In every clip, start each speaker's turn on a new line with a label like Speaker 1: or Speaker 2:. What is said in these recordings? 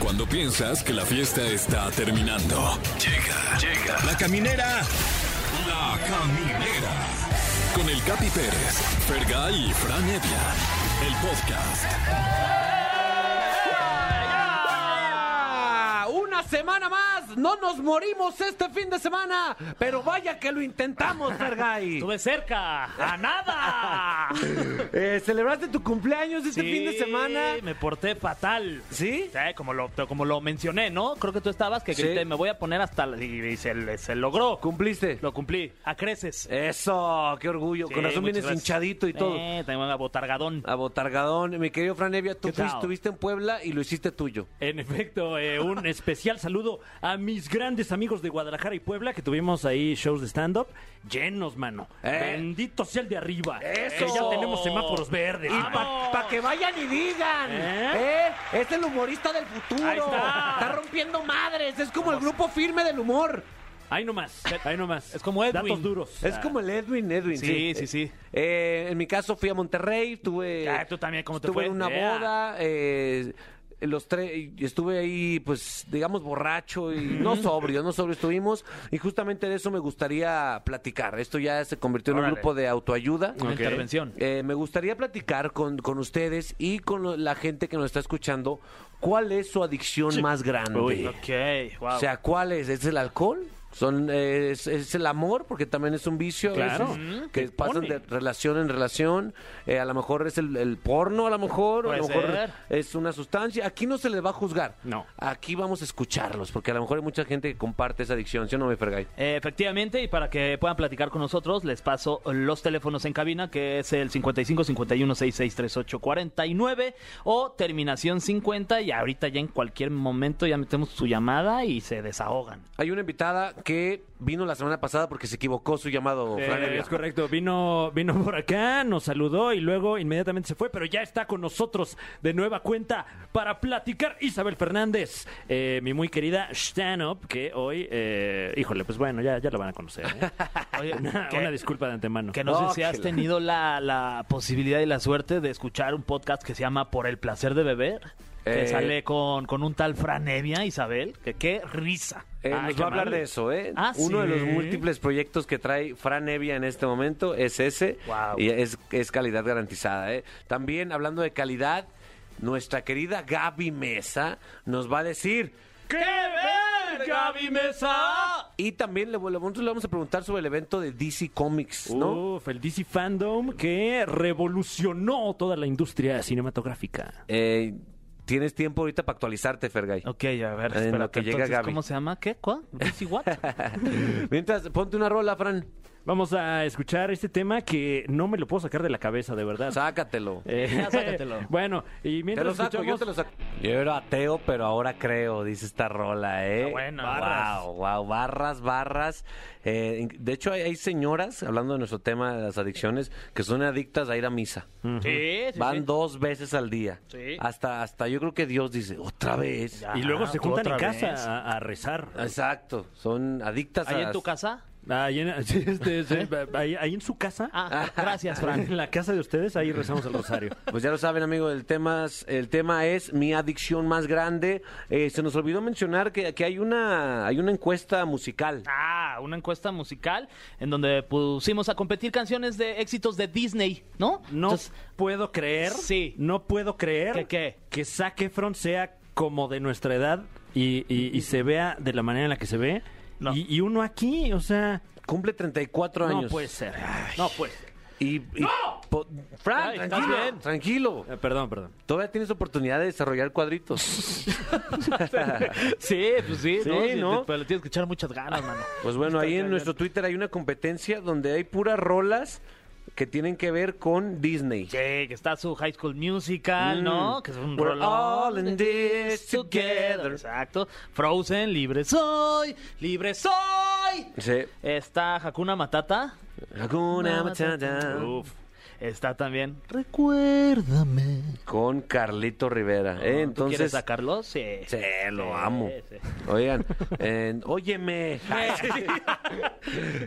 Speaker 1: Cuando piensas que la fiesta está terminando. Llega, llega. La caminera. La caminera. Con el Capi Pérez, Fergay y Fran Evia. El podcast.
Speaker 2: ¡Ah! Una semana más, no nos morimos este fin de semana, pero vaya que lo intentamos, Sergay.
Speaker 3: Estuve cerca, a nada.
Speaker 2: Eh, ¿Celebraste tu cumpleaños este fin de semana?
Speaker 3: me porté fatal.
Speaker 2: ¿Sí?
Speaker 3: Sí, eh, como lo, como lo mencioné, ¿no? Creo que tú estabas que
Speaker 2: Sí.
Speaker 3: grité, me voy a poner hasta la- y, y se, se logró.
Speaker 2: ¿Cumpliste?
Speaker 3: Lo cumplí, a creces.
Speaker 2: Eso, qué orgullo.
Speaker 3: Sí,
Speaker 2: Eh, Con razón
Speaker 3: muchas
Speaker 2: vienes
Speaker 3: gracias.
Speaker 2: hinchadito y todo.
Speaker 3: Eh, tengo un abotargadón.
Speaker 2: Abotargadón, mi querido Fran Evia, tú
Speaker 3: ¿Qué tal?
Speaker 2: fuiste- estuviste en Puebla y lo hiciste tuyo.
Speaker 4: En efecto, eh, un especial saludo a mis grandes amigos de Guadalajara y Puebla que tuvimos ahí shows de stand-up llenos, mano.
Speaker 2: Eh.
Speaker 4: Bendito sea el de arriba.
Speaker 2: ¡Eso!
Speaker 3: Eh,
Speaker 4: Que ya tenemos semáforos verdes.
Speaker 2: Y para que vayan y digan, ¿eh?
Speaker 4: ¿Eh?
Speaker 2: Es el humorista del futuro.
Speaker 4: Ahí está.
Speaker 2: rompiendo madres. Es como el grupo firme del humor.
Speaker 4: Ahí nomás, ahí nomás.
Speaker 3: Eh, Es como Edwin.
Speaker 4: Datos duros. Ah.
Speaker 2: Es como el Edwin, Edwin.
Speaker 3: Ah. Sí, sí, sí.
Speaker 2: Eh, en mi caso fui a Monterrey, tuve.
Speaker 3: Ah, tú también, ¿cómo te
Speaker 2: estuve
Speaker 3: fue?
Speaker 2: en una
Speaker 3: Ea.
Speaker 2: boda. eh, los tres, estuve ahí, pues, digamos, borracho y no sobrio, no sobrio estuvimos. Y justamente de eso me gustaría platicar. Esto ya se convirtió en un
Speaker 3: Órale.
Speaker 2: grupo de autoayuda.
Speaker 3: Una intervención.
Speaker 2: Eh, me gustaría platicar con, con ustedes y con lo- la gente que nos está escuchando cuál es su adicción más grande.
Speaker 3: Ok, wow.
Speaker 2: O sea, ¿cuál es? ¿Es el alcohol? Son, eh, es, es el amor, porque también es un vicio. a
Speaker 4: Claro.
Speaker 2: veces,
Speaker 4: Mm,
Speaker 2: que
Speaker 4: te
Speaker 2: pasan
Speaker 4: pone.
Speaker 2: de relación en relación. Eh, a lo mejor es el, el porno, a lo mejor. o a lo
Speaker 3: Puede
Speaker 2: mejor
Speaker 3: ser.
Speaker 2: es una sustancia. Aquí no se les va a juzgar.
Speaker 4: No.
Speaker 2: Aquí vamos a escucharlos, porque a lo mejor hay mucha gente que comparte esa adicción. ¿Sí o no, mi Fergay?
Speaker 3: Eh, Efectivamente, y para que puedan platicar con nosotros, les paso los teléfonos en cabina, que es el 55 51 66 38 49 o terminación 50. Y ahorita ya en cualquier momento ya metemos su llamada y se desahogan.
Speaker 2: Hay una invitada que vino la semana pasada porque se equivocó su llamado.
Speaker 4: Eh,
Speaker 2: Fran Evia.
Speaker 4: es correcto, vino, vino por acá, nos saludó y luego inmediatamente se fue, pero ya está con nosotros de nueva cuenta para platicar Isabel Fernández, eh, mi muy querida stand-up, que hoy, eh, híjole, pues bueno, ya, ya lo van a conocer. ¿eh?
Speaker 3: Oye,
Speaker 4: Una,
Speaker 3: que-
Speaker 4: una disculpa de antemano.
Speaker 3: Que no sé si has
Speaker 2: Ójela.
Speaker 3: tenido la, la posibilidad y la suerte de escuchar un podcast que se llama Por el placer de beber, que
Speaker 2: Eh.
Speaker 3: sale con, con un tal Franevia, Isabel, que qué risa.
Speaker 2: Eh,
Speaker 3: Ay,
Speaker 2: nos
Speaker 3: qué
Speaker 2: va a hablar
Speaker 3: mal.
Speaker 2: de eso, ¿eh?
Speaker 3: Ah,
Speaker 2: Uno de
Speaker 3: ¿sí?
Speaker 2: los múltiples proyectos que trae Fran Evia en este momento es ese.
Speaker 3: Guau.
Speaker 2: Y es, es calidad garantizada, ¿eh? También, hablando de calidad, nuestra querida Gaby Mesa nos va a decir...
Speaker 4: ¡Qué ver, Gaby Mesa!
Speaker 2: Y también le, le- nosotros le vamos a preguntar sobre el evento de DC Comics,
Speaker 3: Uh.
Speaker 2: ¿no?
Speaker 4: Uf, el DC Fandom que revolucionó toda la industria cinematográfica.
Speaker 2: Eh, Tienes tiempo ahorita para actualizarte, Fergay.
Speaker 3: Ok, a ver,
Speaker 2: En
Speaker 3: espérate,
Speaker 2: lo que llega
Speaker 3: entonces,
Speaker 2: Gaby.
Speaker 3: ¿Cómo se llama? ¿Qué? ¿Cuál? ¿Lucy What?
Speaker 2: Mientras, ponte una rola, Fran.
Speaker 4: Vamos a escuchar este tema que no me lo puedo sacar de la cabeza, de verdad.
Speaker 2: Sácatelo.
Speaker 4: Eh,
Speaker 3: Ya, sácatelo.
Speaker 4: Bueno, y
Speaker 2: Te lo
Speaker 4: mientras
Speaker 2: saco, yo
Speaker 4: escuchamos...
Speaker 2: te lo saco. Yo era ateo, pero ahora creo, dice esta rola, ¿eh?
Speaker 3: Está buena.
Speaker 2: Barras. Wow, wow, barras, barras. Eh, in- de hecho, hay, hay señoras, hablando de nuestro tema de las adicciones, que son adictas a ir a misa.
Speaker 3: sí, sí,
Speaker 2: Van
Speaker 3: sí.
Speaker 2: dos veces al día.
Speaker 3: Sí.
Speaker 2: Hasta, hasta yo creo que Dios dice, otra vez.
Speaker 3: Ya.
Speaker 4: Y luego
Speaker 3: Ah,
Speaker 4: se juntan en
Speaker 3: otra vez.
Speaker 4: casa a, a rezar.
Speaker 2: Exacto, son adictas a
Speaker 3: ¿Ahí en tu
Speaker 2: las-
Speaker 3: casa?
Speaker 4: Ahí en, sí, este, sí, ahí- ahí en su casa,
Speaker 3: Ah, gracias, Fran.
Speaker 4: en la casa de ustedes, ahí rezamos el rosario.
Speaker 2: Pues ya lo saben, amigos, el tema, es- el tema es mi adicción más grande. Eh, se nos olvidó mencionar que, que hay, una, hay una encuesta musical.
Speaker 3: Ah, una encuesta musical en donde pusimos a competir canciones de éxitos de Disney, ¿no?
Speaker 4: No
Speaker 3: Entonces,
Speaker 4: puedo creer.
Speaker 3: Sí.
Speaker 4: No puedo creer.
Speaker 3: ¿Que qué?
Speaker 4: Que Zac Efron sea como de nuestra edad y, y- y se vea de la manera en la que se ve.
Speaker 3: No.
Speaker 4: Y, y uno aquí, o sea.
Speaker 2: Cumple 34 años.
Speaker 3: pues,
Speaker 4: No puede ser. No puede ser.
Speaker 2: Y, y- po- Fran,
Speaker 3: Ay, ¿estás
Speaker 2: tranquilo,
Speaker 3: bien?
Speaker 2: tranquilo.
Speaker 4: Eh, perdón, perdón.
Speaker 2: Todavía tienes oportunidad de desarrollar cuadritos.
Speaker 3: sí, pues sí,
Speaker 2: Sí,
Speaker 3: ¿no? Sí,
Speaker 2: ¿no?
Speaker 3: Pero le tienes que echar muchas ganas, mano.
Speaker 2: Pues bueno, ahí en nuestro Twitter hay una competencia donde hay puras rolas que tienen que ver con Disney.
Speaker 3: Sí, que está su High School Musical,
Speaker 2: Mm.
Speaker 3: ¿no? Que es un
Speaker 2: We're
Speaker 3: rolón.
Speaker 2: all in this together.
Speaker 3: Exacto. Frozen, libre soy, libre soy.
Speaker 2: Sí.
Speaker 3: Está Hakuna Matata.
Speaker 2: Hakuna Matata.
Speaker 3: Uf. Está también. Recuérdame.
Speaker 2: Con Carlito Rivera. ¿eh?
Speaker 3: ¿Tú quieres
Speaker 2: Entonces,
Speaker 3: sacarlo? Sí.
Speaker 2: sí, lo
Speaker 3: Sí,
Speaker 2: amo.
Speaker 3: sí.
Speaker 2: Oigan, eh, óyeme.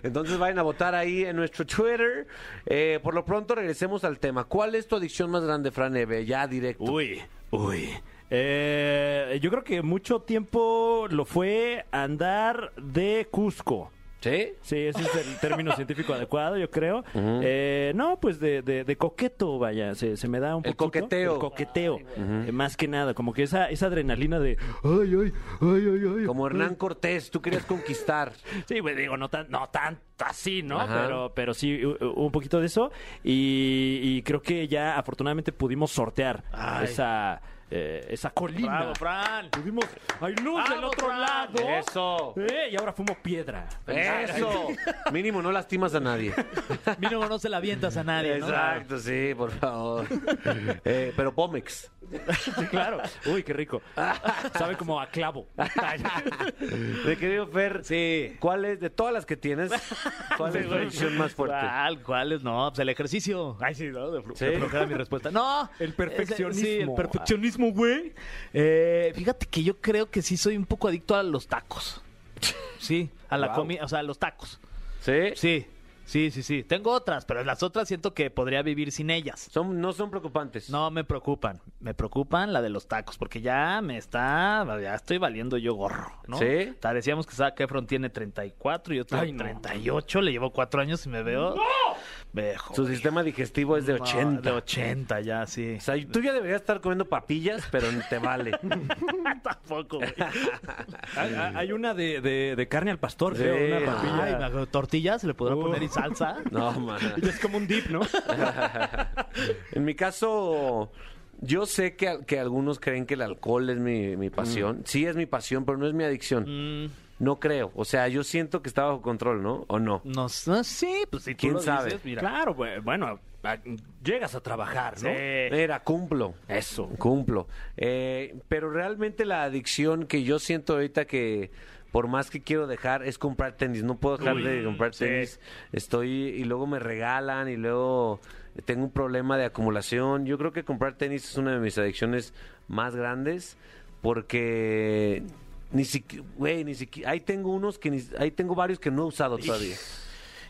Speaker 2: Entonces vayan a votar ahí en nuestro Twitter. Eh, por lo pronto regresemos al tema. ¿Cuál es tu adicción más grande, Fran Eve? Ya directo.
Speaker 4: Uy, uy. Eh, yo creo que mucho tiempo lo fue andar de Cusco.
Speaker 2: ¿Sí?
Speaker 4: Sí, ese es el término científico adecuado, yo creo. Eh, no, pues de, de- de coqueto, vaya, se, se me da un
Speaker 2: El
Speaker 4: poquito.
Speaker 2: coqueteo.
Speaker 4: El coqueteo,
Speaker 3: Ah,
Speaker 4: eh, más que nada, como que esa, esa adrenalina de... "Oh", Ay, ay, ay, ay, ay.
Speaker 2: Como Hernán Cortés, tú querías conquistar.
Speaker 4: Sí, pues digo, no tan, no tan así, ¿no?
Speaker 2: Ajá.
Speaker 4: Pero, pero sí, u- u- un poquito de eso. Y, y creo que ya afortunadamente pudimos sortear
Speaker 3: Ay.
Speaker 4: esa, eh, esa colina.
Speaker 3: ¡Bravo, Fran!
Speaker 4: Pudimos. ¡Hay luz
Speaker 3: ¡Bravo, Eh.
Speaker 4: del otro
Speaker 3: Fran!
Speaker 4: lado!
Speaker 2: Eso.
Speaker 4: Eh, y ahora fumo piedra.
Speaker 2: Eso. Mínimo, no lastimas a nadie.
Speaker 3: Mínimo no se la avientas a nadie, ¿no?
Speaker 2: Exacto, sí, por favor. Eh, pero Pomex.
Speaker 4: Sí, claro. Uy, qué rico. Sabe como a clavo.
Speaker 2: De querido Fer,
Speaker 3: Sí.
Speaker 2: ¿cuál es, de todas las que tienes, cuál es tu adicción más fuerte?
Speaker 3: ¿Cuál? ¿Cuál es? No, pues el ejercicio. Ay, sí, no, de, fru-
Speaker 2: ¿Sí?
Speaker 3: de flojera mi respuesta. No.
Speaker 4: El
Speaker 3: ese-
Speaker 4: perfeccionismo.
Speaker 3: Sí, el perfeccionismo, güey. Eh, fíjate que yo creo que sí soy un poco adicto a los tacos. Sí, a la
Speaker 2: Wow.
Speaker 3: comida, o sea, a los tacos.
Speaker 2: ¿Sí?
Speaker 3: Sí, sí, sí, sí. Tengo otras, pero las otras siento que podría vivir sin ellas.
Speaker 2: Son, no son preocupantes.
Speaker 3: No me preocupan, me preocupan la de los tacos, porque ya me está, ya estoy valiendo yo gorro, ¿no?
Speaker 2: ¿Sí?
Speaker 3: O sea, decíamos que Zac Efron tiene 34 y yo tengo
Speaker 4: Ay, no.
Speaker 3: 38, le llevo 4 años y me veo... Vejo.
Speaker 2: Su sistema digestivo es de 80.
Speaker 3: de 80 ya, sí.
Speaker 2: O sea, tú ya deberías estar comiendo papillas, pero no te vale.
Speaker 3: Tampoco, güey.
Speaker 4: Hay, hay una de, de- de carne al pastor,
Speaker 2: Sí.
Speaker 4: creo, una papilla.
Speaker 3: Ay, me hago tortillas, le podrá
Speaker 4: Uh.
Speaker 3: poner y salsa.
Speaker 2: No, man.
Speaker 4: Y es como un dip, ¿no?
Speaker 2: En mi caso, yo sé que, al- que algunos creen que el alcohol es mi, mi pasión.
Speaker 3: Mm.
Speaker 2: Sí, es mi pasión, pero no es mi adicción. No creo. O sea, yo siento que está bajo control, ¿no? ¿O no?
Speaker 3: No, sé, sí, pues si tú
Speaker 2: ¿Quién
Speaker 3: lo dices,
Speaker 2: sabe?
Speaker 3: mira.
Speaker 4: Claro, bu- bueno, a- llegas a trabajar, ¿no?
Speaker 3: Sí.
Speaker 2: Mira, cumplo.
Speaker 4: Eh, Eso.
Speaker 2: Cumplo. Eh, pero realmente la adicción que yo siento ahorita que por más que quiero dejar es comprar tenis. No puedo dejar de comprar
Speaker 3: sí.
Speaker 2: tenis. Estoy y luego me regalan y luego tengo un problema de acumulación. Yo creo que comprar tenis es una de mis adicciones más grandes porque ni siquiera, güey, ni siquiera, ahí tengo unos que ni- ahí tengo varios que no he usado todavía.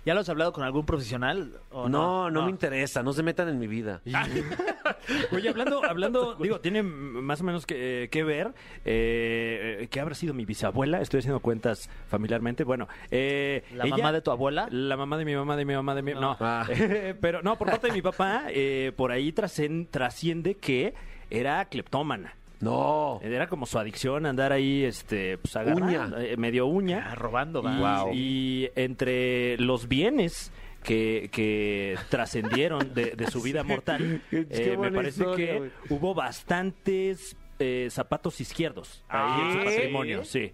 Speaker 3: ¿Ya lo has hablado con algún profesional? o Ah,
Speaker 2: No, no, me interesa, no se metan en mi vida.
Speaker 4: Oye, hablando, hablando, digo, tiene más o menos que, eh, que ver eh, que habrá sido mi bisabuela. Estoy haciendo cuentas familiarmente. Bueno, eh,
Speaker 3: ¿La mamá de tu abuela?
Speaker 4: La mamá de mi mamá, de mi mamá, de mi. No,
Speaker 2: Ah.
Speaker 4: pero no, por parte de mi papá, eh, por ahí trascen- trasciende que era cleptómana.
Speaker 2: No.
Speaker 4: Era como su adicción andar ahí, este, pues agarrando,
Speaker 2: Uña.
Speaker 4: eh, medio uña.
Speaker 3: Ah, robando, va.
Speaker 4: Y, y entre los bienes que, que trascendieron de, de su vida mortal,
Speaker 2: Qué- qué
Speaker 4: eh, me
Speaker 2: buena
Speaker 4: parece
Speaker 2: historia,
Speaker 4: que
Speaker 2: güey.
Speaker 4: hubo bastantes eh, zapatos izquierdos ahí en su
Speaker 2: ¿Ah, sí?
Speaker 4: patrimonio, sí.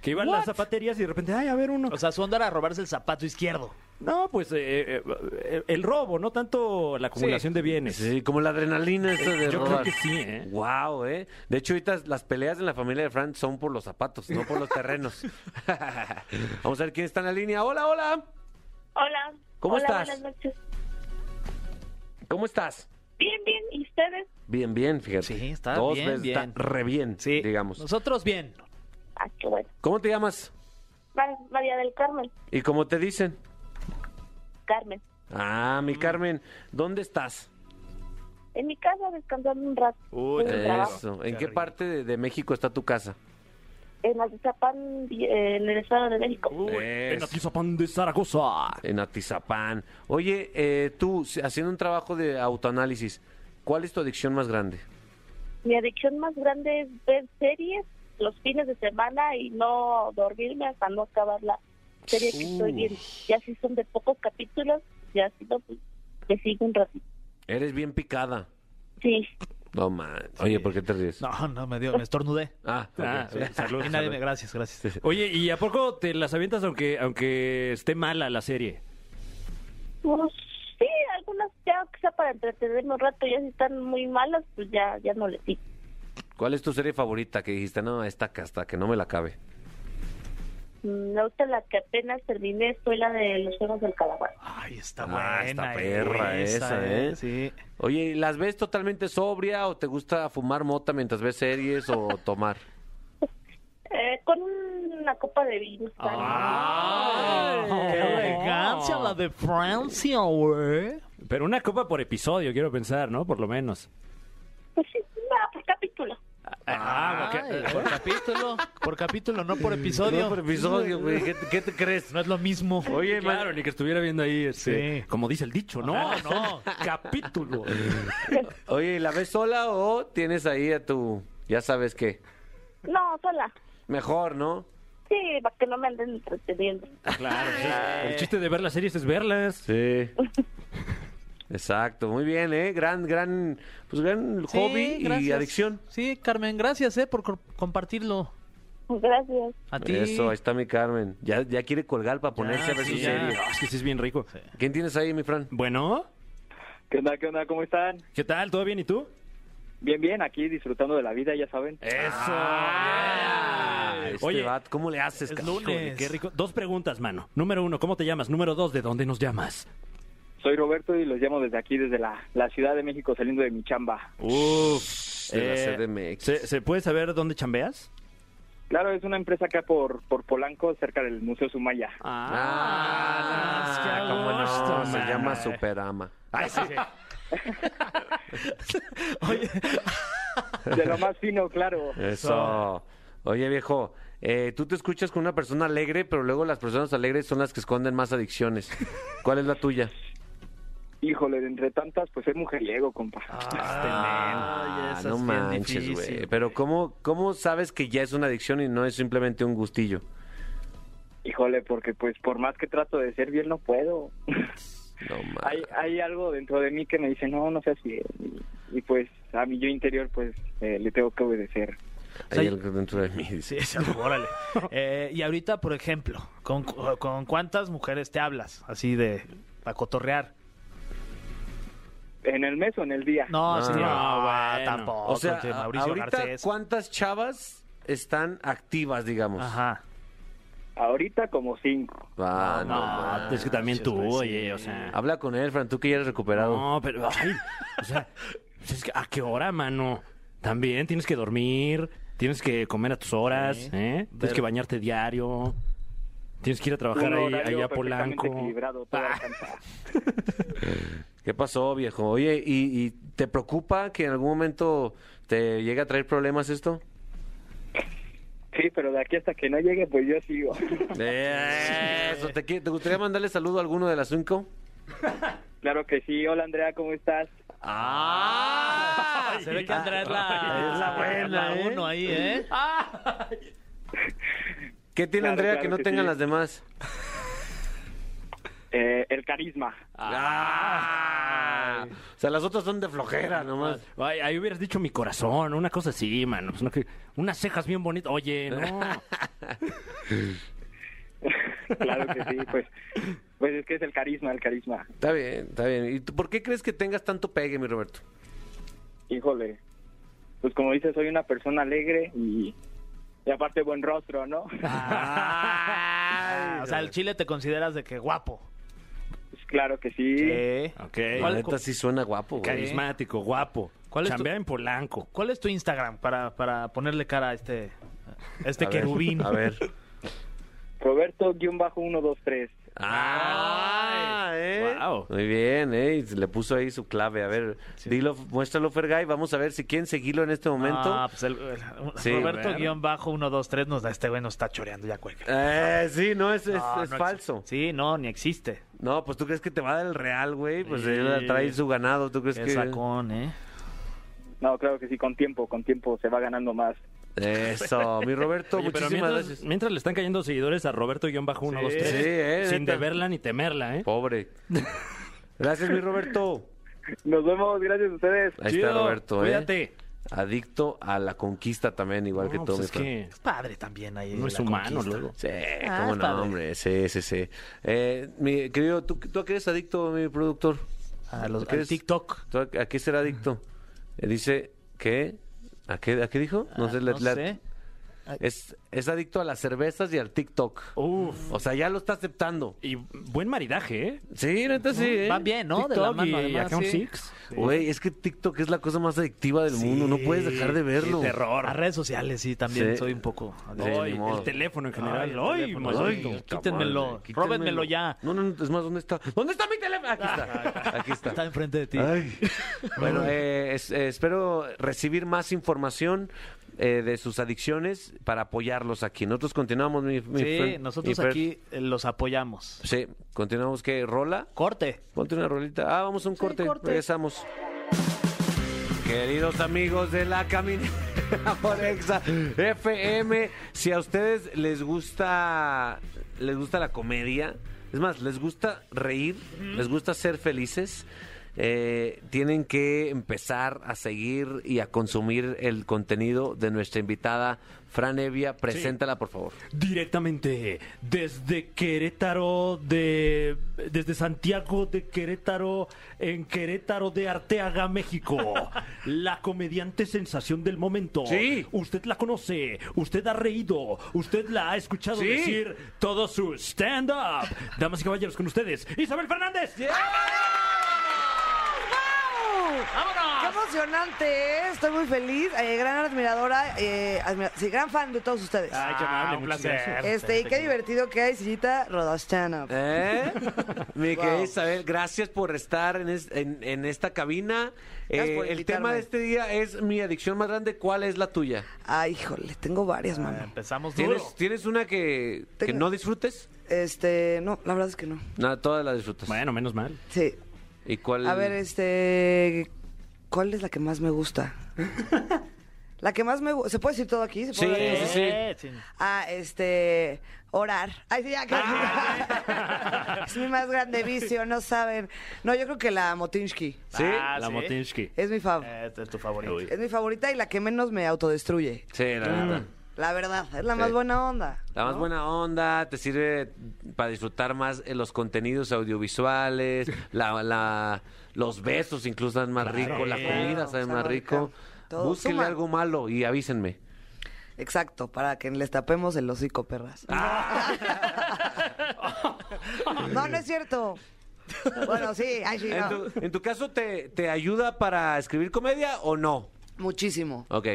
Speaker 4: Que iban las
Speaker 3: What?
Speaker 4: zapaterías y de repente, ay, a ver uno.
Speaker 3: O sea, su onda era robarse el zapato izquierdo.
Speaker 4: No, pues eh, eh, eh, el robo, no tanto la acumulación de bienes.
Speaker 2: Sí, como la adrenalina esa de
Speaker 4: Yo creo
Speaker 2: robar.
Speaker 4: que sí, ¿eh?
Speaker 2: Wow, ¿eh? De hecho, ahorita las peleas en la familia de Fran son por los zapatos, no por los terrenos. Vamos a ver quién está en la línea. Hola, hola.
Speaker 5: Hola.
Speaker 2: ¿Cómo
Speaker 5: Hola,
Speaker 2: estás?
Speaker 5: Buenas noches.
Speaker 2: ¿Cómo estás?
Speaker 5: Bien, bien. ¿Y ustedes?
Speaker 2: Bien, bien, fíjate.
Speaker 3: Sí, está
Speaker 2: Dos
Speaker 3: bien,
Speaker 2: veces, está
Speaker 3: bien.
Speaker 2: re bien,
Speaker 3: Sí.
Speaker 2: digamos.
Speaker 3: Nosotros bien.
Speaker 5: Ah, qué bueno.
Speaker 2: ¿Cómo te llamas?
Speaker 5: Mar- María del Carmen.
Speaker 2: ¿Y cómo te dicen?
Speaker 5: Carmen.
Speaker 2: Ah, mi Carmen, ¿dónde estás?
Speaker 5: En mi casa descansando un rato.
Speaker 3: Uy,
Speaker 5: Pues en, mi trabajo.
Speaker 2: Eso. ¿En qué parte de, de México está tu casa?
Speaker 5: en Atizapán, di- eh, en el Estado de México.
Speaker 4: Uy, en
Speaker 2: Es.
Speaker 4: Atizapán de Zaragoza.
Speaker 2: En Atizapán. Oye, eh, tú, si- haciendo un trabajo de autoanálisis, ¿cuál es tu adicción más grande?
Speaker 5: Mi adicción más grande es ver series los fines de semana y no dormirme hasta no acabar la serie que estoy viendo. Ya si son de pocos capítulos, ya si no, pues me sigo un ratito.
Speaker 2: Eres bien picada.
Speaker 5: Sí.
Speaker 2: No man. Oye, ¿por qué te ríes?
Speaker 3: No, no, me dio, me estornudé.
Speaker 2: Ah, ok.
Speaker 4: Ah, sí, salud,
Speaker 3: y nadie
Speaker 4: salud.
Speaker 3: me, gracias, gracias.
Speaker 4: Oye, ¿y a poco te las avientas aunque, aunque esté mala la serie?
Speaker 5: Pues, sí, algunas ya quizá para entretenerme un rato, ya si están muy malas, pues ya, ya no les digo.
Speaker 2: ¿Cuál es tu serie favorita que dijiste? No, esta que hasta que no me la cabe.
Speaker 5: Mm, Ahorita la que apenas terminé fue la de los Juegos del Calabar.
Speaker 3: Ay, está
Speaker 2: Ah,
Speaker 3: buena.
Speaker 2: está
Speaker 3: eh,
Speaker 2: perra
Speaker 3: güey,
Speaker 2: esa, ¿eh?
Speaker 3: Sí.
Speaker 2: Oye, ¿y ¿las ves totalmente sobria o te gusta fumar mota mientras ves series o tomar?
Speaker 5: Eh, con una copa de vino.
Speaker 3: Oh, ¡Qué elegancia la de Francia, güey!
Speaker 4: Pero una copa por episodio, quiero pensar, ¿no? Por lo menos.
Speaker 5: Pues sí, una por capítulo.
Speaker 4: Ah, ok.
Speaker 3: Ay, eh. por capítulo, por capítulo, no por episodio.
Speaker 2: Eh, No, por episodio, güey. ¿Qué, qué te crees?
Speaker 3: No es lo mismo.
Speaker 4: Oye, claro, ni que estuviera viendo ahí, este,
Speaker 3: Sí.
Speaker 4: como dice el dicho, no, no, capítulo.
Speaker 2: Oye, ¿y ¿la ves sola o tienes ahí a tu, ya sabes qué?
Speaker 5: No, sola.
Speaker 2: Mejor, ¿no?
Speaker 5: Sí, para que no me anden entreteniendo.
Speaker 4: Claro, el chiste de ver las series es verlas.
Speaker 2: Sí. Exacto, muy bien, ¿eh? Gran, gran, pues gran
Speaker 3: Sí,
Speaker 2: hobby y
Speaker 3: gracias.
Speaker 2: adicción.
Speaker 3: Sí, Carmen, gracias eh, por cor- compartirlo.
Speaker 5: Gracias.
Speaker 3: A ti.
Speaker 2: Eso, ahí está mi Carmen. Ya, ya quiere colgar para ponerse a ver
Speaker 4: sí,
Speaker 2: su
Speaker 4: ya.
Speaker 2: serie.
Speaker 4: Ah, Es que sí es bien rico.
Speaker 2: ¿Quién tienes ahí, mi Fran?
Speaker 4: Bueno,
Speaker 6: ¿Qué onda? ¿Qué onda? ¿Cómo están?
Speaker 4: ¿qué tal? ¿Todo bien y tú?
Speaker 6: Bien, bien, aquí disfrutando de la vida, ya saben.
Speaker 4: Eso.
Speaker 2: Este
Speaker 4: Oye,
Speaker 2: vato, ¿cómo le haces?
Speaker 3: es
Speaker 2: ca-
Speaker 3: lunes.
Speaker 4: híjole, qué rico. Dos preguntas, mano. Número uno, ¿cómo te llamas? Número dos, ¿de dónde nos llamas?
Speaker 6: Soy Roberto y los llamo desde aquí, desde la, la Ciudad de México, saliendo de mi chamba.
Speaker 4: Uf,
Speaker 2: de la CDMX.
Speaker 4: ¿se, se puede saber dónde chambeas?
Speaker 6: Claro, es una empresa acá por, por Polanco, cerca del Museo Sumaya.
Speaker 2: Ah,
Speaker 3: qué
Speaker 2: cómo no,
Speaker 3: gusto,
Speaker 2: se
Speaker 3: man.
Speaker 2: llama Superama.
Speaker 3: Oye,
Speaker 6: De lo más fino, claro.
Speaker 2: Eso. Oye, viejo, eh, tú te escuchas con una persona alegre, pero luego las personas alegres son las que esconden más adicciones. ¿Cuál es la tuya?
Speaker 6: Híjole, de entre tantas, pues es mujeriego, compa.
Speaker 2: Ah.
Speaker 3: Ay, esa
Speaker 2: no
Speaker 3: es bien
Speaker 2: manches,
Speaker 3: difícil.
Speaker 2: güey. Pero ¿cómo, ¿cómo sabes que ya es una adicción y no es simplemente un gustillo?
Speaker 6: Híjole, porque pues por más que trato de ser bien, no puedo.
Speaker 2: No mames.
Speaker 6: hay, hay algo dentro de mí que me dice, no, no seas bien. Y, y, pues a mi yo interior, pues eh, le tengo que obedecer.
Speaker 2: Hay
Speaker 3: o sea,
Speaker 2: algo dentro de mí. dice.
Speaker 3: Sí, sí, órale. Eh, y ahorita, por ejemplo, ¿con, cu- ¿con cuántas mujeres te hablas? Así de, para cotorrear.
Speaker 6: ¿En el mes o en el día?
Speaker 3: No,
Speaker 2: No,
Speaker 3: sí, no,
Speaker 4: no,
Speaker 3: güey,
Speaker 4: bueno.
Speaker 3: tampoco.
Speaker 2: Ah, O sea,
Speaker 3: tío,
Speaker 2: a-
Speaker 3: Mauricio
Speaker 2: ahorita,
Speaker 3: Garcés.
Speaker 2: ¿cuántas chavas están activas, digamos?
Speaker 3: Ajá.
Speaker 6: Ahorita como cinco.
Speaker 2: Ah, no, pues,
Speaker 4: Ah,
Speaker 2: mames.
Speaker 4: es que también tú,
Speaker 3: manches, güey,
Speaker 4: oye,
Speaker 3: sí.
Speaker 4: o sea.
Speaker 2: Habla con él, Fran, tú que ya eres recuperado.
Speaker 4: No, pero, ay, o sea, pues es que, ¿a qué hora, mano? También tienes que dormir, tienes que comer a tus horas,
Speaker 3: Sí.
Speaker 4: ¿eh? Tienes
Speaker 3: Ver-
Speaker 4: que bañarte diario, tienes que ir a trabajar
Speaker 6: Un
Speaker 4: ahí,
Speaker 6: horario
Speaker 4: allá a
Speaker 6: perfectamente
Speaker 4: Polanco.
Speaker 6: equilibrado, todo alcanza.
Speaker 2: ¿Qué pasó, viejo? Oye, ¿y, y te preocupa que en algún momento te llegue a traer problemas esto?
Speaker 6: Sí, pero de aquí hasta que no llegue, pues yo sigo.
Speaker 2: Eso, ¿te, qui- te gustaría mandarle saludo a alguno de las cinco?
Speaker 6: claro que sí. Hola, Andrea, ¿cómo estás?
Speaker 2: ¡Ah!
Speaker 3: Se ve que Andrea es la,
Speaker 2: es la buena,
Speaker 3: la
Speaker 2: ¿eh?
Speaker 3: uno ahí, ¿eh?
Speaker 2: ¿Qué tiene
Speaker 6: Claro,
Speaker 2: Andrea
Speaker 6: claro
Speaker 2: que no
Speaker 6: que
Speaker 2: tengan
Speaker 6: sí.
Speaker 2: las demás?
Speaker 6: Eh, el carisma.
Speaker 2: Ah. O sea, las otras son de flojera nomás.
Speaker 4: Ay, ahí hubieras dicho mi corazón, una cosa así, mano. pues no que- unas cejas bien bonitas. Oye, no.
Speaker 6: claro que sí, pues. Pues es que es el carisma, el carisma.
Speaker 2: Está bien, está bien. ¿Y tú por qué crees que tengas tanto pegue, mi Roberto?
Speaker 6: Híjole. Pues como dices, soy una persona alegre y, y aparte buen rostro, ¿no?
Speaker 3: Ah, o sea, el chile te consideras de que guapo.
Speaker 6: Pues claro que sí.
Speaker 3: ¿Eh?
Speaker 4: Ok.
Speaker 2: La neta sí suena guapo, güey.
Speaker 4: Carismático, guapo.
Speaker 3: ¿Cuál es tu-
Speaker 4: Chambea en Polanco.
Speaker 3: ¿Cuál es tu Instagram para, para ponerle cara a este, a este
Speaker 2: A ver,
Speaker 3: querubín?
Speaker 2: a ver.
Speaker 6: Roberto-123.
Speaker 2: Ah, ¿eh?
Speaker 4: Wow.
Speaker 2: Muy bien, ¿eh? Y Le puso ahí su clave. A ver, dilo, muéstralo, Fergay. Vamos a ver si quieren seguirlo en este momento.
Speaker 3: Ah, pues el, el-
Speaker 2: Sí.
Speaker 3: Roberto guión bajo 123 nos da este güey nos está choreando ya cuelga.
Speaker 2: Eh, sí, no, es, es-
Speaker 3: No,
Speaker 2: es
Speaker 3: no
Speaker 2: falso.
Speaker 3: existe. Sí, no, ni existe.
Speaker 2: No, pues tú crees que te va a dar el real, güey. Pues
Speaker 3: Sí.
Speaker 2: él trae su ganado. ¿Tú crees
Speaker 3: Qué
Speaker 2: Pues que.?
Speaker 3: sacón, ¿eh?
Speaker 6: No, claro que sí, con tiempo, con tiempo se va ganando más.
Speaker 2: Eso, mi Roberto,
Speaker 4: Oye, pero
Speaker 2: muchísimas
Speaker 4: mientras,
Speaker 2: gracias.
Speaker 4: mientras le están cayendo seguidores a Roberto-123,
Speaker 2: Sí, eh,
Speaker 4: sin
Speaker 2: neta.
Speaker 4: deberla ni temerla, ¿eh?
Speaker 2: Pobre. Gracias, mi Roberto.
Speaker 6: Nos vemos, gracias a ustedes.
Speaker 2: Ahí
Speaker 4: Chido,
Speaker 2: está Roberto, ¿eh?
Speaker 4: Cuídate.
Speaker 2: Adicto a la conquista también, igual que
Speaker 4: No,
Speaker 2: todo.
Speaker 4: pues
Speaker 2: mi
Speaker 4: es
Speaker 2: Fran.
Speaker 4: que
Speaker 3: Es padre también ahí.
Speaker 4: no
Speaker 3: la
Speaker 4: es humano
Speaker 3: conquista.
Speaker 4: luego.
Speaker 2: Sí,
Speaker 3: Ah,
Speaker 2: cómo
Speaker 3: es
Speaker 2: no,
Speaker 3: padre.
Speaker 2: hombre, sí, sí, sí. Eh, mi querido, ¿tú, tú a qué eres adicto, mi productor?
Speaker 3: A los
Speaker 2: ¿Qué
Speaker 3: al
Speaker 2: es?
Speaker 3: TikTok.
Speaker 2: ¿Tú a, a qué será adicto? Eh, dice, ¿qué? ¿A qué, a qué dijo?
Speaker 3: Ah,
Speaker 2: la- la-
Speaker 3: sé.
Speaker 2: Es, es adicto a las cervezas y al TikTok.
Speaker 3: Oh.
Speaker 4: Uf.
Speaker 2: O sea, ya lo está aceptando.
Speaker 4: Y buen maridaje, ¿eh?
Speaker 2: Sí, neta, sí. ¿eh?
Speaker 3: Va Ah, bien, ¿no? De la
Speaker 4: TikTok
Speaker 3: mano,
Speaker 4: y
Speaker 3: además,
Speaker 4: Account
Speaker 3: sí.
Speaker 4: Six.
Speaker 2: Güey, es que TikTok es la cosa más adictiva del mundo. No puedes dejar de verlo.
Speaker 4: Qué terror.
Speaker 3: A redes sociales sí también
Speaker 2: Sí.
Speaker 3: soy un poco.
Speaker 2: Sí,
Speaker 4: Ay,
Speaker 2: ni modo.
Speaker 4: el teléfono en general.
Speaker 3: Ay,
Speaker 4: Ay,
Speaker 3: el teléfono.
Speaker 4: maldito.
Speaker 3: Ay, quítenmelo,
Speaker 2: Madre, quítenmelo.
Speaker 3: róbenmelo ya.
Speaker 2: No, no, no, es más, ¿dónde está? ¿Dónde está mi teléfono? Aquí está. Aquí está.
Speaker 3: Está enfrente de ti.
Speaker 2: Ay. Bueno, eh, es- eh, espero recibir más información. eh, de sus adicciones para apoyarlos aquí. Nosotros continuamos, mi, mi
Speaker 3: Sí,
Speaker 2: friend-
Speaker 3: nosotros
Speaker 2: mi friend.
Speaker 3: aquí eh, los apoyamos.
Speaker 2: Sí, continuamos. ¿Qué? ¿Rola?
Speaker 3: Corte.
Speaker 2: Ponte una rolita. Ah, vamos a un corte.
Speaker 3: corte.
Speaker 2: Regresamos. Queridos amigos de la caminera por Exa FM, si a ustedes les gusta les gusta la comedia, es más, les gusta reír, les gusta ser felices, eh, tienen que empezar a seguir y a consumir el contenido de nuestra invitada Fran Evia. Preséntala, por favor.
Speaker 4: Directamente desde Querétaro, de, desde Santiago de Querétaro, en Querétaro de Arteaga, México. La comediante sensación del momento.
Speaker 2: Sí.
Speaker 4: Usted la conoce, usted ha reído, usted la ha escuchado
Speaker 2: Sí.
Speaker 4: decir todo su stand-up. Damas y caballeros, con ustedes, Isabel Fernández.
Speaker 7: Qué emocionante, ¿eh? Estoy muy feliz. eh, gran admiradora, eh, admira- sí, gran fan de todos ustedes.
Speaker 4: Ay, qué amable,
Speaker 3: Ah, un
Speaker 4: muchas
Speaker 3: placer.
Speaker 4: gracias.
Speaker 7: este, y qué divertido que hay, Sillita Rodoschana.
Speaker 2: ¿Eh? Mi
Speaker 7: Wow.
Speaker 2: querida Isabel, gracias por estar en, es- en- en esta cabina.
Speaker 7: Gracias
Speaker 2: Eh,
Speaker 7: por
Speaker 2: el
Speaker 7: invitarme.
Speaker 2: tema de este día es mi adicción más grande. ¿Cuál es la tuya?
Speaker 7: Ay, híjole, tengo varias,
Speaker 2: Ah,
Speaker 7: mamá.
Speaker 3: Empezamos duro.
Speaker 2: ¿Tienes, ¿tienes una que, que
Speaker 7: Pues Tengo-
Speaker 2: no disfrutes?
Speaker 7: Este, no, la verdad es que no.
Speaker 2: No, todas las disfrutas.
Speaker 4: Bueno, menos mal.
Speaker 7: Sí.
Speaker 2: ¿Y cuál?
Speaker 7: A ver, este, ¿cuál es la que más me gusta? la que más me gusta. ¿Se puede decir todo aquí? ¿Se puede
Speaker 2: Sí,
Speaker 7: hablar de
Speaker 2: sí,
Speaker 7: todo?
Speaker 2: sí.
Speaker 3: Eh, sí.
Speaker 7: Ah, este, orar.
Speaker 2: Ah.
Speaker 7: Ay, sí, ya, que- Es mi más grande vicio, no saben. No, yo creo que la Motinsky.
Speaker 2: ¿Sí?
Speaker 3: Ah,
Speaker 4: La
Speaker 3: ¿sí?
Speaker 4: Motinsky.
Speaker 7: Es mi fav.
Speaker 3: Eh, Este es tu favorito.
Speaker 4: Uy.
Speaker 7: Es mi favorita y la que menos me autodestruye.
Speaker 2: Sí, la verdad.
Speaker 7: La verdad, es la
Speaker 2: Sí.
Speaker 7: más buena onda.
Speaker 2: La más buena onda, te sirve para disfrutar más eh, los contenidos audiovisuales, la, la- los besos incluso saben más rico, la comida sabe
Speaker 7: sabe
Speaker 2: más rico.
Speaker 7: rico. Todo
Speaker 2: Búsquenle
Speaker 7: suma.
Speaker 2: algo malo y avísenme.
Speaker 7: Exacto, para que les tapemos el hocico, perras.
Speaker 2: Ah.
Speaker 7: no, no es cierto. Bueno, sí, ay, sí,
Speaker 2: En
Speaker 7: no.
Speaker 2: tu, en tu caso, te, te ayuda para escribir comedia o no?
Speaker 7: Muchísimo,
Speaker 2: Ok.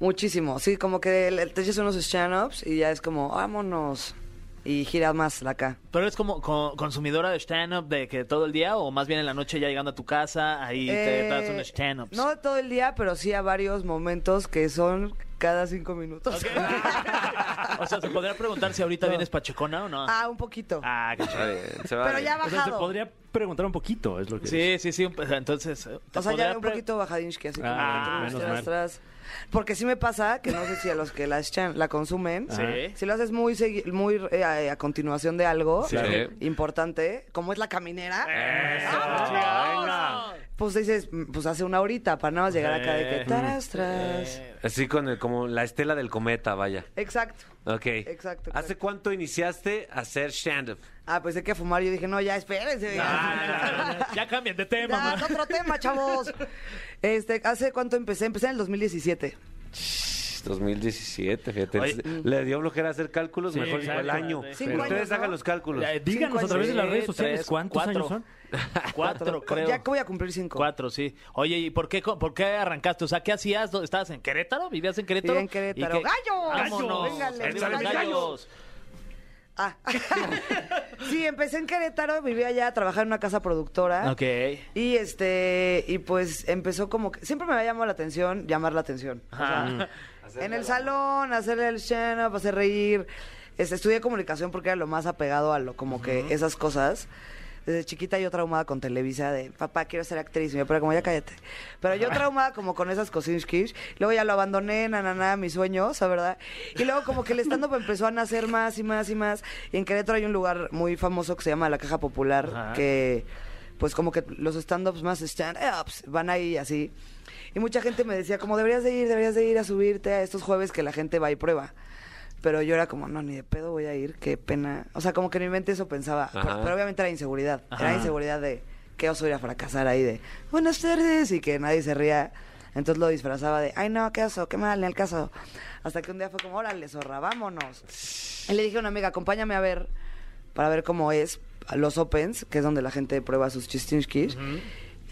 Speaker 7: muchísimo. Sí, como que le- te echas unos stand-ups y ya es como, vámonos. Y gira más la acá.
Speaker 3: ¿Pero eres como co- consumidora de stand-up de que todo el día o más bien en la noche ya llegando a tu casa, ahí te
Speaker 7: Eh,
Speaker 3: das un stand-up?
Speaker 7: No todo el día, pero sí a varios momentos que son cada cinco minutos.
Speaker 3: o sea, ¿se podría preguntar si ahorita vienes pachecona o no?
Speaker 7: ah, un poquito.
Speaker 3: Ah, qué
Speaker 2: Está
Speaker 3: chido.
Speaker 2: bien, se
Speaker 7: pero
Speaker 2: vale.
Speaker 7: ya
Speaker 4: O sea, se
Speaker 7: bajado. O sea,
Speaker 4: podría preguntar un poquito, es lo que
Speaker 3: Sí, sí, sí. un- Entonces, eh, te
Speaker 7: ya
Speaker 3: podría
Speaker 7: un
Speaker 3: pre-
Speaker 7: poquito bajadinsky, así como
Speaker 4: Ah,
Speaker 7: tras,
Speaker 4: menos
Speaker 7: tras,
Speaker 4: mal.
Speaker 7: tras. Porque sí me pasa que no sé si a los que la, echan- la consumen,
Speaker 3: Sí.
Speaker 7: si lo haces muy segui- muy eh, a, a continuación de algo
Speaker 2: Sí.
Speaker 7: importante, como es la caminera,
Speaker 2: Eh.
Speaker 7: Ah.
Speaker 2: Venga.
Speaker 7: pues dices, mm, pues hace una horita para nada más llegar acá de que
Speaker 3: Eh.
Speaker 7: tras, tras.
Speaker 2: Así con el, como la estela del cometa, vaya.
Speaker 7: Exacto.
Speaker 2: Ok.
Speaker 7: Exacto,
Speaker 2: ¿Hace
Speaker 7: claro.
Speaker 2: cuánto iniciaste a hacer stand-up?
Speaker 7: Ah, pues hay que fumar. Yo dije, no, ya espérense.
Speaker 3: Ah, ya, ya, ya cambien de tema.
Speaker 7: Ya,
Speaker 3: man.
Speaker 7: es otro tema, chavos. Este, ¿hace cuánto empecé? Empecé en el 2017.
Speaker 2: 2017, fíjate.
Speaker 3: Oye.
Speaker 2: Le dio flojera hacer cálculos,
Speaker 3: Sí,
Speaker 2: mejor dijo el
Speaker 3: exacto,
Speaker 2: año.
Speaker 3: sí.
Speaker 7: Cinco
Speaker 2: Ustedes
Speaker 7: años, ¿no?
Speaker 2: hagan los cálculos.
Speaker 4: Eh, Díganos a
Speaker 7: Cinco
Speaker 4: través de
Speaker 7: años.
Speaker 4: las redes sociales
Speaker 3: Tres,
Speaker 4: cuántos
Speaker 3: cuatro.
Speaker 4: años son.
Speaker 3: Cuatro, creo.
Speaker 7: Ya voy a cumplir cinco.
Speaker 3: Cuatro, sí. Oye, ¿y por qué, co- por qué arrancaste? O sea, ¿qué hacías? ¿Dó- ¿Estabas en Querétaro? ¿Vivías en Querétaro?
Speaker 7: Vivía en Querétaro.
Speaker 3: ¿Y qué-
Speaker 7: ¡Gallos!
Speaker 3: ¡Vámonos!
Speaker 7: Véngale,
Speaker 3: ¡Arriba
Speaker 7: mis
Speaker 3: los
Speaker 7: gallos!
Speaker 3: gallos!
Speaker 7: Ah. sí, empecé en Querétaro, vivía allá, trabajaba en una casa productora.
Speaker 3: Ok.
Speaker 7: Y este, y pues empezó como que siempre me había llamado la atención, llamar la atención. O sea,
Speaker 3: Mm.
Speaker 7: en el salón, hacer el stand-up, hacer reír. Este, estudié comunicación porque era lo más apegado a lo, como que esas cosas. Desde chiquita yo traumada con Televisa de papá quiero ser actriz, pero como ya cállate. Pero yo traumada como con esas cosinskis, luego ya lo abandoné, na na na, mis sueños, la verdad. Y luego como que el stand up empezó a nacer más y más y más. Y en Querétaro hay un lugar muy famoso que se llama La Caja Popular que pues como que los stand-ups más stand-ups van ahí así. Y mucha gente me decía como deberías de ir, deberías de ir a subirte a estos jueves que la gente va y prueba. Pero yo era como, no, ni de pedo voy a ir, qué pena. O sea, como que en mi mente eso pensaba.
Speaker 2: Ajá.
Speaker 7: Pero, pero obviamente era inseguridad.
Speaker 3: Ajá.
Speaker 7: Era inseguridad de que oso ir a fracasar ahí de buenas tardes y que nadie se ría. Entonces lo disfrazaba de, ay no, qué oso, qué mal, en el caso. Hasta que un día fue como, órale, zorra, vámonos. Y le dije a una amiga, acompáñame a ver, para ver cómo es a los opens, que es donde la gente prueba sus chistinskis.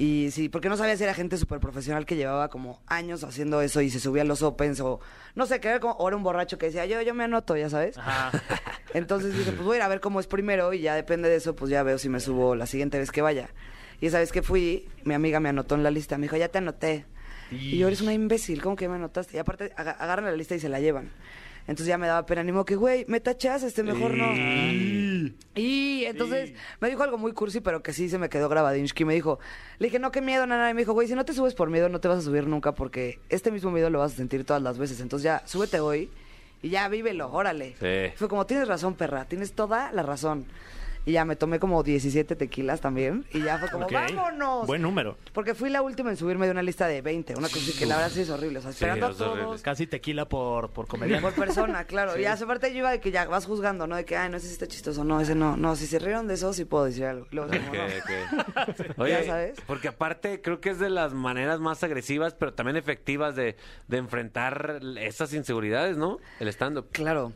Speaker 7: Y sí, porque no sabía si era gente súper profesional que llevaba como años haciendo eso y se subía a los opens o no sé, que era como, o era un borracho que decía, yo, yo me anoto, ya sabes. Entonces dije, pues voy a ir a ver cómo es primero y ya depende de eso, pues ya veo si me subo la siguiente vez que vaya. Y esa vez que fui, mi amiga me anotó en la lista, me dijo, ya te anoté. Y yo eres una imbécil, ¿cómo que me notaste? Y aparte aga- agarran la lista y se la llevan. Entonces ya me daba pena, ni modo que, güey, me tachas, este mejor no. Y entonces me dijo algo muy cursi, pero que sí se me quedó grabadinsky. Me dijo, le dije, no, qué miedo, nana. Y me dijo, güey, si no te subes por miedo, no te vas a subir nunca porque este mismo miedo lo vas a sentir todas las veces. Entonces ya, súbete hoy y ya vívelo, órale.
Speaker 2: Sí.
Speaker 7: Fue como, tienes razón, perra, tienes toda la razón. Y ya me tomé como 17 tequilas también. Y ya fue como,
Speaker 4: Ok.
Speaker 7: vámonos.
Speaker 4: Buen número.
Speaker 7: Porque fui la última en subirme de una lista de 20. Una cosa que la verdad sí es horrible. O sea, esperando a
Speaker 2: es horrible.
Speaker 7: todos.
Speaker 3: Pues Casi tequila por, por comediante.
Speaker 7: Por persona, claro. Y hace parte yo iba de que ya vas juzgando, ¿no? De que, ay, no, ese sí está chistoso. No, ese no. No, si se rieron de eso, sí puedo decir algo. Y luego, como,
Speaker 2: Ok,
Speaker 7: no.
Speaker 2: ok.
Speaker 7: Ya sabes.
Speaker 2: Porque aparte creo que es de las maneras más agresivas, pero también efectivas de, de enfrentar esas inseguridades, ¿no? El stand-up.
Speaker 7: Claro.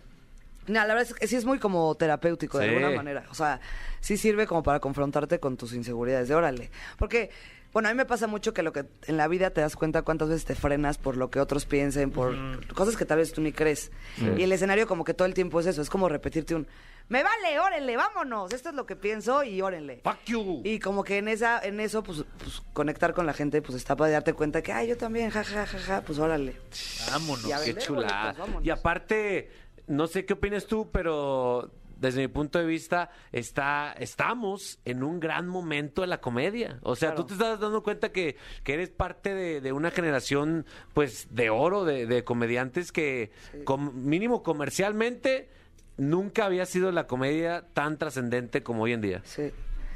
Speaker 7: No, la verdad es que sí es muy como terapéutico de
Speaker 2: Sí.
Speaker 7: alguna manera. O sea, sí sirve como para confrontarte con tus inseguridades de órale. Porque, bueno, a mí me pasa mucho que lo que en la vida te das cuenta cuántas veces te frenas por lo que otros piensen, por cosas que tal vez tú ni crees. Y el escenario como que todo el tiempo es eso, es como repetirte un me vale, órale, vámonos, esto es lo que pienso y órale.
Speaker 2: Fuck you.
Speaker 7: Y como que en esa, en eso, pues, pues, conectar con la gente, pues está para darte cuenta que ay yo también, ja, ja, ja, ja, pues órale.
Speaker 3: Vámonos.
Speaker 7: Y a
Speaker 2: Qué
Speaker 7: vender
Speaker 2: chulada.
Speaker 7: boletos, vámonos.
Speaker 2: Y aparte, no sé qué opinas tú, pero desde mi punto de vista, está, estamos en un gran momento de la comedia. O sea, tú te estás dando cuenta que, que eres parte de, de una generación, pues, de oro, de, de comediantes que, com- mínimo comercialmente, nunca había sido la comedia tan trascendente como hoy en día.
Speaker 7: Sí.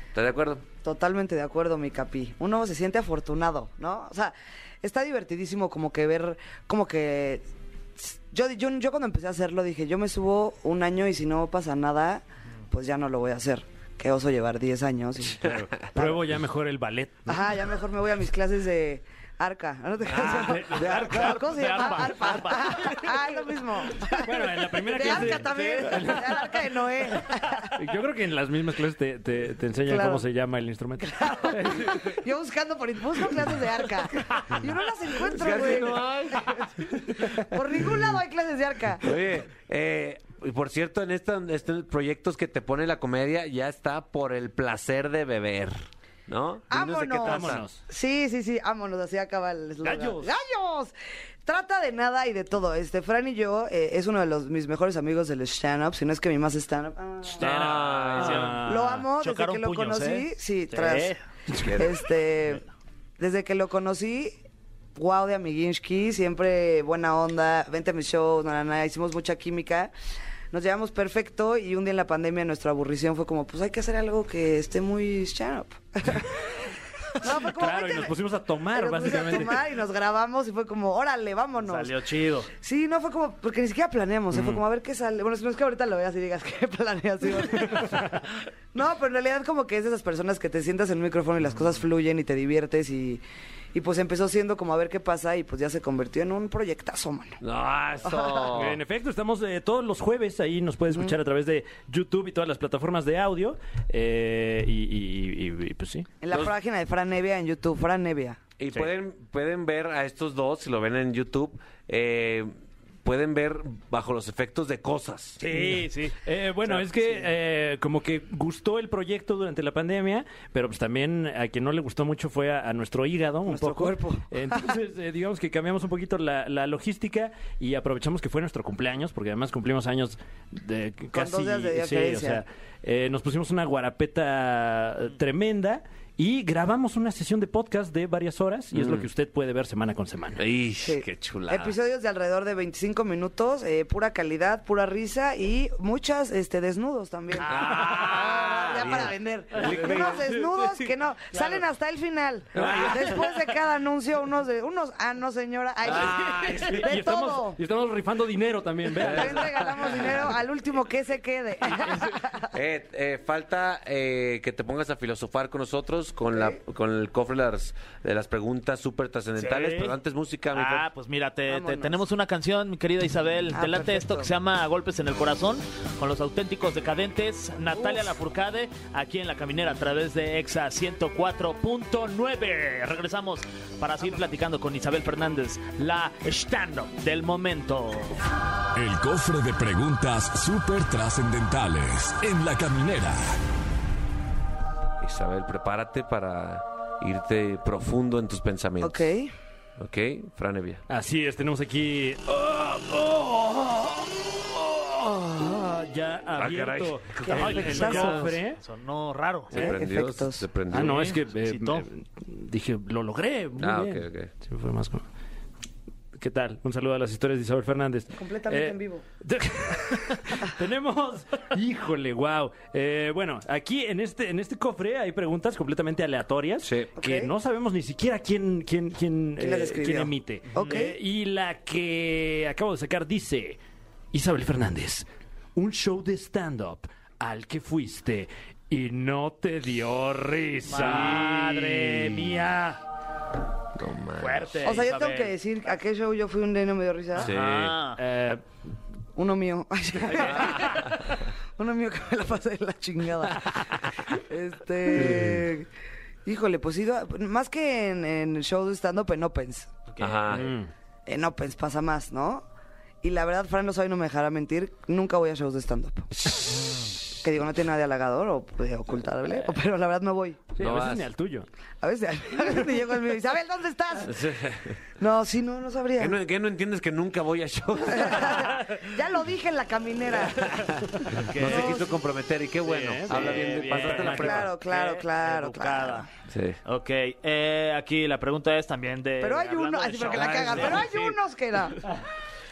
Speaker 2: ¿Estás de acuerdo?
Speaker 7: Totalmente de acuerdo, mi capi. Uno se siente afortunado, ¿no? O sea, está divertidísimo como que ver, como que... Yo, yo, yo cuando empecé a hacerlo dije, yo me subo un año y si no pasa nada, pues ya no lo voy a hacer. Qué oso llevar 10 años. y-
Speaker 4: Pruebo ya mejor el ballet.
Speaker 7: Ajá, ya mejor me voy a mis clases de arca. Ah, ¿No te
Speaker 4: Ah, de- de arca.
Speaker 7: ¿Cómo se
Speaker 4: De
Speaker 7: llama?
Speaker 4: arpa.
Speaker 7: Arpa. Ah, es lo mismo.
Speaker 4: Bueno, en la primera
Speaker 7: de
Speaker 4: clase
Speaker 7: arca
Speaker 4: de-
Speaker 7: también. De arca de Noé.
Speaker 4: Yo creo que en las mismas clases te, te- te enseñan
Speaker 7: Claro.
Speaker 4: cómo se llama el instrumento.
Speaker 7: Yo buscando por busco clases de arca. Yo no las encuentro, güey. Por ningún lado hay clases de arca.
Speaker 2: Oye, eh, y por cierto, en esta- estos proyectos que te pone la comedia ya está por el placer de beber, ¿no? Dinos de qué
Speaker 7: ¡Vámonos!
Speaker 2: trata.
Speaker 4: Vámonos.
Speaker 7: Sí, sí, sí, vámonos, así acaba el eslogan.
Speaker 4: ¡Gallos!
Speaker 7: ¡Gallos! Trata de nada y de todo. Este, Fran y yo eh, es uno de los, mis mejores amigos del stand-up, si no es que mi más stand-up. Ah.
Speaker 4: Ah.
Speaker 7: Lo amo desde
Speaker 3: Chocaron
Speaker 7: que lo
Speaker 3: puños,
Speaker 7: conocí.
Speaker 3: ¿eh? Sí.
Speaker 7: Sí, tras. Este. Desde que lo conocí, wow de Amiginsky, siempre buena onda, vente a mis shows, na, na, na, hicimos mucha química. Nos llevamos perfecto y un día en la pandemia nuestra aburrición fue como, pues hay que hacer algo que esté muy sharp. No, fue como,
Speaker 4: Claro, y
Speaker 7: "Vente".
Speaker 4: nos pusimos a tomar,
Speaker 7: Nos pusimos
Speaker 4: básicamente.
Speaker 7: A tomar y nos grabamos y fue como, órale, vámonos.
Speaker 3: Salió chido.
Speaker 7: Sí, no fue como, porque ni siquiera planeamos, ¿eh? fue como a ver qué sale. Bueno, si no es que ahorita lo veas y digas qué planeación. no, pero en realidad como que es de esas personas que te sientas en un micrófono y las cosas fluyen y te diviertes y, y pues empezó siendo como a ver qué pasa y pues ya se convirtió en un proyectazo, mano.
Speaker 2: No, eso.
Speaker 4: En efecto, estamos eh, todos los jueves ahí, nos puede escuchar a través de YouTube y todas las plataformas de audio. eh, y, y- y- y, pues sí.
Speaker 7: En la página de Fran Nevia en YouTube, Fran Nevia.
Speaker 2: Y pueden, pueden ver a estos dos, si lo ven en YouTube, eh, pueden ver bajo los efectos de cosas.
Speaker 4: Sí, sí. bueno, es que eh, como que gustó el proyecto durante la pandemia, pero pues también a quien no le gustó mucho fue a, a nuestro hígado, un
Speaker 7: Nuestro
Speaker 4: poco.
Speaker 7: cuerpo.
Speaker 4: Entonces, eh, digamos que cambiamos un poquito la, la logística y aprovechamos que fue nuestro cumpleaños, porque además cumplimos años de casi.
Speaker 7: dos días de
Speaker 4: sí,
Speaker 7: diferencia. Mm.
Speaker 4: o sea, eh, nos pusimos una guarapeta eh, tremenda. Y grabamos una sesión de podcast de varias horas y es
Speaker 7: Mm.
Speaker 4: lo que usted puede ver semana con semana.
Speaker 2: Ey,
Speaker 7: Sí.
Speaker 2: ¡Qué chulada!
Speaker 7: Episodios de alrededor de 25 minutos, eh, pura calidad, pura risa y muchas este, desnudos también.
Speaker 2: Ah,
Speaker 7: ya
Speaker 2: bien.
Speaker 7: para vender.
Speaker 2: Clickbait.
Speaker 7: Unos desnudos que no salen hasta el final. Después de cada anuncio, unos de unos. Ah, no, señora. Ay,
Speaker 4: Ay, sí,
Speaker 7: de
Speaker 4: y,
Speaker 7: todo.
Speaker 4: estamos, y estamos rifando dinero también,
Speaker 7: También
Speaker 4: vean.
Speaker 7: regalamos dinero al último que se quede.
Speaker 2: Eh, eh, falta eh, que te pongas a filosofar con nosotros con la con el cofre de las, de las preguntas súper trascendentales,
Speaker 3: Sí.
Speaker 2: pero antes música. mi
Speaker 3: Ah,
Speaker 2: Fer.
Speaker 3: pues mira, te- te-
Speaker 7: Vámonos.
Speaker 3: tenemos una canción, mi querida Isabel.
Speaker 7: Ah,
Speaker 3: Te late
Speaker 7: perfecto.
Speaker 3: esto que se llama Golpes en el Corazón con los auténticos decadentes Natalia Lafourcade aquí en La Caminera a través de EXA 104.9. Regresamos para seguir platicando con Isabel Fernández, la stand-up del momento.
Speaker 1: El cofre de preguntas súper trascendentales en la caminera.
Speaker 2: Isabel, prepárate para irte profundo en tus pensamientos.
Speaker 7: ok.
Speaker 2: Ok, Fran Evia.
Speaker 7: Eh,
Speaker 4: Así es, tenemos aquí. ¡Ah! ¡Oh! ¡Oh!
Speaker 2: Ah,
Speaker 4: ya abierto
Speaker 7: Qué
Speaker 4: el- el
Speaker 7: efectazo.
Speaker 4: cofre.
Speaker 3: Sonó raro.
Speaker 2: Se
Speaker 7: ¿Eh?
Speaker 2: prendió,
Speaker 7: Efectos.
Speaker 2: se prendió.
Speaker 4: Ah, no, es que eh,
Speaker 3: Excitó.
Speaker 4: eh, dije, lo logré. Muy
Speaker 2: Ah,
Speaker 4: bien.
Speaker 2: ok, ok.
Speaker 4: Sí, fue más como- ¿Qué tal? Un saludo a las historias de Isabel Fernández.
Speaker 7: Completamente en vivo.
Speaker 4: te- Tenemos, híjole, wow. bueno, aquí en este, en este cofre hay preguntas completamente aleatorias
Speaker 2: Sí.
Speaker 4: que
Speaker 7: Ok.
Speaker 4: no sabemos ni siquiera quién, quién, quién,
Speaker 7: ¿Quién las escribió?
Speaker 4: quién emite.
Speaker 7: Ok.
Speaker 4: y la que acabo de sacar dice Isabel Fernández, un show de stand-up al que fuiste y no te dio risa.
Speaker 3: Madre
Speaker 4: mía.
Speaker 2: No manches.
Speaker 3: Fuerte.
Speaker 7: O sea, yo
Speaker 3: Isabel.
Speaker 7: tengo que decir, a qué show yo fui un día y no me dio risa.
Speaker 2: Sí.
Speaker 3: Ah,
Speaker 4: Eh,
Speaker 7: Uno mío. Uno mío que me la pasé de la chingada. Este. Híjole, pues he ido a- más que en, en el show de stand-up en Opens.
Speaker 2: Ajá.
Speaker 7: Mm. En Opens pasa más, ¿no? Y la verdad, Fran Lozoy no me dejará mentir, nunca voy a shows de stand-up. que digo, no tiene nada de halagador o de
Speaker 2: Eh.
Speaker 7: ocultable, pero la verdad no voy.
Speaker 4: sí,
Speaker 2: No
Speaker 4: a veces
Speaker 2: vas.
Speaker 4: ni al tuyo.
Speaker 7: A veces, a veces ni llego al mío y Isabel, ¿dónde estás? No, sí, no, no sabría.
Speaker 2: ¿Qué no, qué no entiendes que nunca voy a shows?
Speaker 7: ya lo dije en la caminera.
Speaker 2: No se quiso comprometer y qué bueno.
Speaker 4: sí,
Speaker 2: Habla bien, de-
Speaker 4: bien,
Speaker 2: pasaste la
Speaker 4: claro.
Speaker 2: prueba.
Speaker 7: Claro, claro,
Speaker 3: Qué
Speaker 7: claro, claro.
Speaker 3: educada.
Speaker 2: Sí.
Speaker 3: Ok, eh, aquí la pregunta es también de...
Speaker 7: Pero hay
Speaker 3: hablando
Speaker 7: uno,
Speaker 3: de
Speaker 7: así porque la
Speaker 3: shows,
Speaker 7: cagas,
Speaker 3: sí,
Speaker 7: pero hay
Speaker 3: sí.
Speaker 7: unos que era.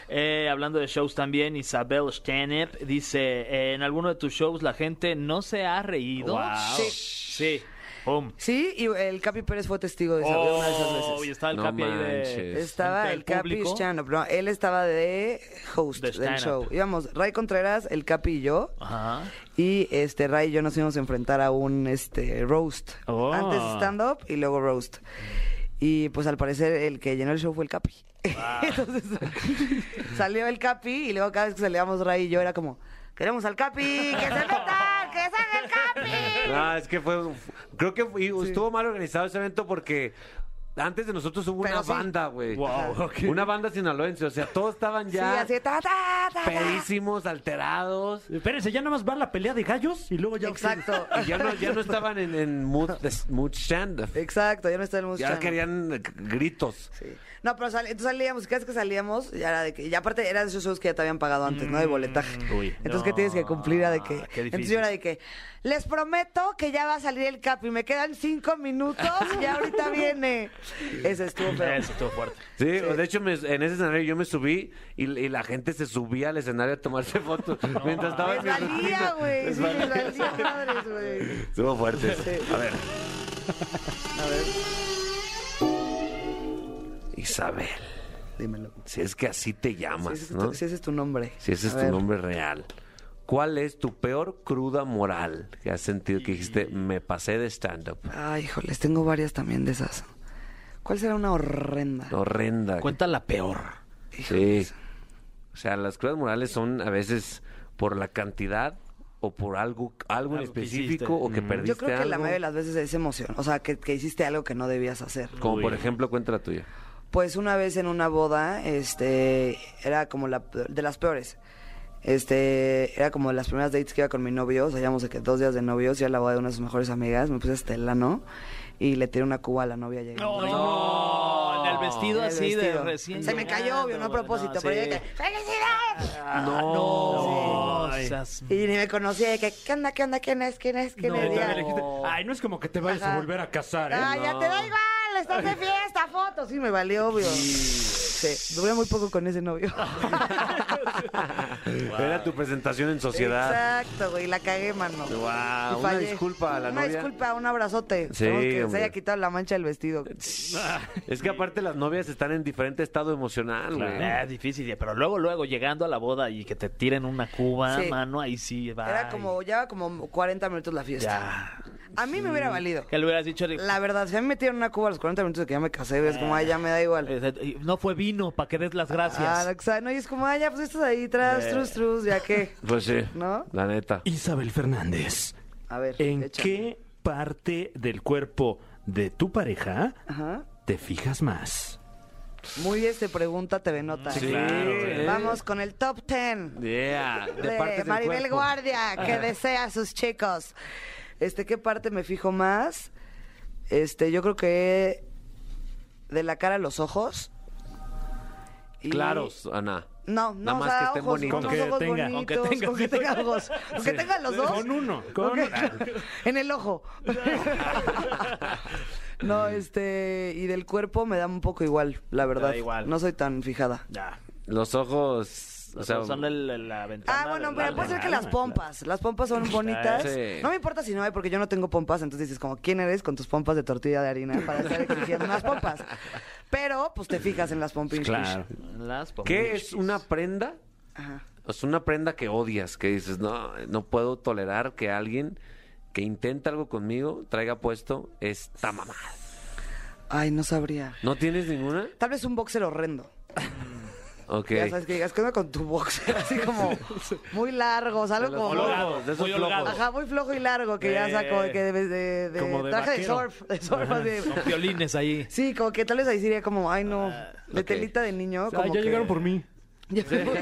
Speaker 3: Eh, hablando de shows también, Isabel Stanep dice, eh, en alguno de tus shows la gente no se ha reído.
Speaker 4: Wow.
Speaker 3: Sí. Sí. Boom.
Speaker 7: Sí, y el Capi Pérez fue testigo de esa, de una de esas
Speaker 3: Oh, y
Speaker 7: veces.
Speaker 3: está el
Speaker 2: No
Speaker 3: capi ahí
Speaker 2: manches.
Speaker 3: de...
Speaker 7: Estaba
Speaker 3: frente
Speaker 7: el
Speaker 3: al
Speaker 7: Capi
Speaker 3: público.
Speaker 7: Stanop, no, él estaba de host
Speaker 3: De
Speaker 7: del
Speaker 3: stand-up.
Speaker 7: show. Íbamos Ray Contreras, el Capi y yo.
Speaker 3: Ajá.
Speaker 7: Y este Ray y yo nos íbamos a enfrentar a un este roast.
Speaker 4: Oh.
Speaker 7: Antes stand-up y luego roast. Y pues al parecer el que llenó el show fue el Capi. Entonces salió el Capi y luego cada vez que salíamos Ray y yo era como, queremos al Capi, que se meta, que salga el Capi.
Speaker 2: No, es que fue. Creo que fue- estuvo mal organizado ese evento porque antes de nosotros hubo
Speaker 7: Pero
Speaker 2: una
Speaker 7: sí.
Speaker 2: banda, güey.
Speaker 4: Wow, ok.
Speaker 2: Una banda sinaloense. O sea, todos estaban
Speaker 7: Sí,
Speaker 2: ya
Speaker 7: así, ta, ta, ta, ta.
Speaker 2: pedísimos, alterados.
Speaker 4: Espérense, ya nada más va la pelea de gallos y luego ya.
Speaker 7: Exacto.
Speaker 2: Y ya no, ya no estaban en, en mood, des- mood stand.
Speaker 7: Exacto, ya no está el músico.
Speaker 2: Ya querían eh, gritos.
Speaker 7: Sí. No, pero sal- entonces salíamos, cada vez que salíamos, ya era de que, ya aparte eran esos shows que ya te habían pagado antes, ¿no? De boletaje.
Speaker 4: uy.
Speaker 7: entonces, ¿qué tienes que cumplir? Era de que.
Speaker 3: qué difícil.
Speaker 7: Entonces yo era de que, les prometo que ya va a salir el capi, me quedan cinco minutos y ahorita viene. Ese estuvo feo.
Speaker 3: Eso estuvo fuerte.
Speaker 2: Sí, de hecho, me- en ese escenario yo me subí y, y la gente se subía al escenario a tomarse fotos mientras estaba
Speaker 7: Les
Speaker 2: en mi rutina.
Speaker 7: valía, güey. Sí, les valía madres, güey.
Speaker 2: Estuvo fuerte.
Speaker 7: Sí.
Speaker 2: A ver. Isabel,
Speaker 7: Dímelo.
Speaker 2: si es que así te llamas,
Speaker 7: Si ese, es
Speaker 2: ¿no?
Speaker 7: tu, si ese es tu nombre.
Speaker 2: Si ese es
Speaker 7: A
Speaker 2: tu
Speaker 7: ver.
Speaker 2: nombre real. ¿Cuál es tu peor cruda moral que has sentido que dijiste, me pasé de stand-up?
Speaker 7: Ay, híjoles, tengo varias también de esas. ¿Cuál será una horrenda?
Speaker 2: Horrenda.
Speaker 3: Cuenta la peor.
Speaker 2: Sí. pues, O sea, las crudas morales son a veces por la cantidad o por algo, algo en
Speaker 4: Algo que hiciste.
Speaker 2: específico o que
Speaker 4: Mm.
Speaker 2: perdiste
Speaker 7: Yo creo que la
Speaker 2: algo.
Speaker 7: mayoría de las veces es emoción. O sea, que, que hiciste algo que no debías hacer.
Speaker 2: Como por ejemplo, cuenta la tuya.
Speaker 7: Pues una vez en una boda, este, era como la, de las peores. Este, era como de las primeras dates que iba con mi novio. O sea, llevamos de que dos días de novios, ya la boda de una de sus mejores amigas. Me puse hasta el ano y le tiré una cuba a la novia. llegando.
Speaker 3: No, en el vestido
Speaker 7: En el
Speaker 3: así de
Speaker 7: vestido.
Speaker 3: recién.
Speaker 7: Se me cayó, obvio, no a propósito, pero yo de que, ¡felicidades!
Speaker 3: No,
Speaker 4: Sí.
Speaker 3: seas-
Speaker 7: Y ni me conocía, de que, ¿qué onda, qué onda, quién es, quién es, quién
Speaker 4: Y
Speaker 7: es?
Speaker 4: también
Speaker 7: Ya.
Speaker 4: le dijiste, Ay, no es como que te vayas a
Speaker 7: Ajá.
Speaker 4: volver a casar, ¿eh?
Speaker 7: Ah, ya te da igual, estás de fiesta, fotos. Sí, me valió, obvio. Sí, duré muy poco con ese novio.
Speaker 2: Era tu presentación en sociedad.
Speaker 7: Exacto, güey, la cagué, mano.
Speaker 2: Wow,
Speaker 7: Y
Speaker 2: una
Speaker 7: fallé.
Speaker 2: disculpa a la
Speaker 7: una
Speaker 2: novia.
Speaker 7: disculpa, un abrazote.
Speaker 2: Sí,
Speaker 7: Esperemos que se
Speaker 2: hombre.
Speaker 7: haya quitado la mancha del vestido.
Speaker 2: Es que aparte las novias están en diferente estado emocional, güey.
Speaker 3: Ah, es difícil, pero luego, luego, llegando a la boda y que te tiren una cuba,
Speaker 7: Sí.
Speaker 3: mano, ahí sí va.
Speaker 7: Era como, ya como 40 minutos la fiesta.
Speaker 3: Ya.
Speaker 7: A mí me hubiera valido.
Speaker 3: Que le hubieras dicho...
Speaker 7: La verdad, si a mí me tiraron una cuba a los 40 minutos de que ya me casé, es como, ay, ya me da igual.
Speaker 3: eh, No fue vino, para que des las gracias.
Speaker 7: Ah, exacto. No, y es como, ay, ya, pues estás ahí, tras, trus, trus, ya qué.
Speaker 2: Pues sí.
Speaker 7: ¿No?
Speaker 2: La neta.
Speaker 4: Isabel Fernández,
Speaker 7: A ver,
Speaker 4: ¿en
Speaker 7: échale.
Speaker 4: qué parte del cuerpo de tu pareja
Speaker 7: Ajá.
Speaker 4: te fijas más?
Speaker 7: Muy este pregunta TV Nota.
Speaker 2: Sí.
Speaker 4: ¿eh?
Speaker 7: Vamos con el top 10
Speaker 2: Yeah.
Speaker 7: de,
Speaker 2: De, partes del
Speaker 7: Maribel
Speaker 2: cuerpo.
Speaker 7: Guardia, que desea a sus chicos. Este, ¿qué parte me fijo más? Este, yo creo que de la cara a los ojos. Y-
Speaker 2: Claros, Ana.
Speaker 7: No, no,
Speaker 2: Nada
Speaker 7: o
Speaker 2: más
Speaker 7: sea,
Speaker 2: que estén
Speaker 7: ojos,
Speaker 2: bonitos.
Speaker 7: con
Speaker 4: Con
Speaker 7: unos
Speaker 4: que
Speaker 7: ojos
Speaker 4: tenga, con que
Speaker 7: bonitos,
Speaker 4: tenga.
Speaker 7: con que tenga ojos. Con que tenga los dos.
Speaker 4: Con uno, con
Speaker 7: Ok. En el ojo.
Speaker 4: Mm.
Speaker 7: No, este, y del cuerpo me da un poco igual, la verdad.
Speaker 3: igual.
Speaker 7: No soy tan fijada.
Speaker 3: Ya.
Speaker 2: Los ojos. o
Speaker 3: O
Speaker 2: sea,
Speaker 3: sea, son el- el- la ventana.
Speaker 7: Ah, bueno,
Speaker 3: del
Speaker 7: pero
Speaker 3: alma.
Speaker 7: puede ser que las pompas. Las pompas son bonitas.
Speaker 2: Sí.
Speaker 7: No me importa si no hay, porque yo no tengo pompas. Entonces dices, como, ¿quién eres con tus pompas de tortilla de harina para estar exigiendo unas pompas? Pero, pues te fijas en las pompitas.
Speaker 4: Claro.
Speaker 3: Las pompas.
Speaker 2: ¿Qué es una prenda? Es una prenda que odias, que dices, no, no puedo tolerar que alguien que intenta algo conmigo traiga puesto esta mamada.
Speaker 7: Ay, no sabría.
Speaker 2: ¿No tienes ninguna?
Speaker 7: Tal vez un boxer horrendo.
Speaker 2: Ok.
Speaker 7: Ya sabes que digas, ¿qué onda con tu boxer? Así como muy largo, o sea, algo
Speaker 2: De los
Speaker 7: como.
Speaker 2: holgados, de esos
Speaker 3: Muy holgados.
Speaker 2: flojos.
Speaker 7: Ajá, muy flojo y largo que ya
Speaker 3: Eh,
Speaker 7: saco que de, de, de-
Speaker 4: como de
Speaker 7: traje
Speaker 4: vaquero.
Speaker 7: de surf, de surf así.
Speaker 3: Con violines ahí.
Speaker 7: Sí, como que tal vez ahí sería como, ay no, de
Speaker 2: Ah, ok.
Speaker 7: telita de niño.
Speaker 4: Ah,
Speaker 7: como
Speaker 4: ya
Speaker 7: que-
Speaker 4: llegaron por mí.
Speaker 7: Ya me voy.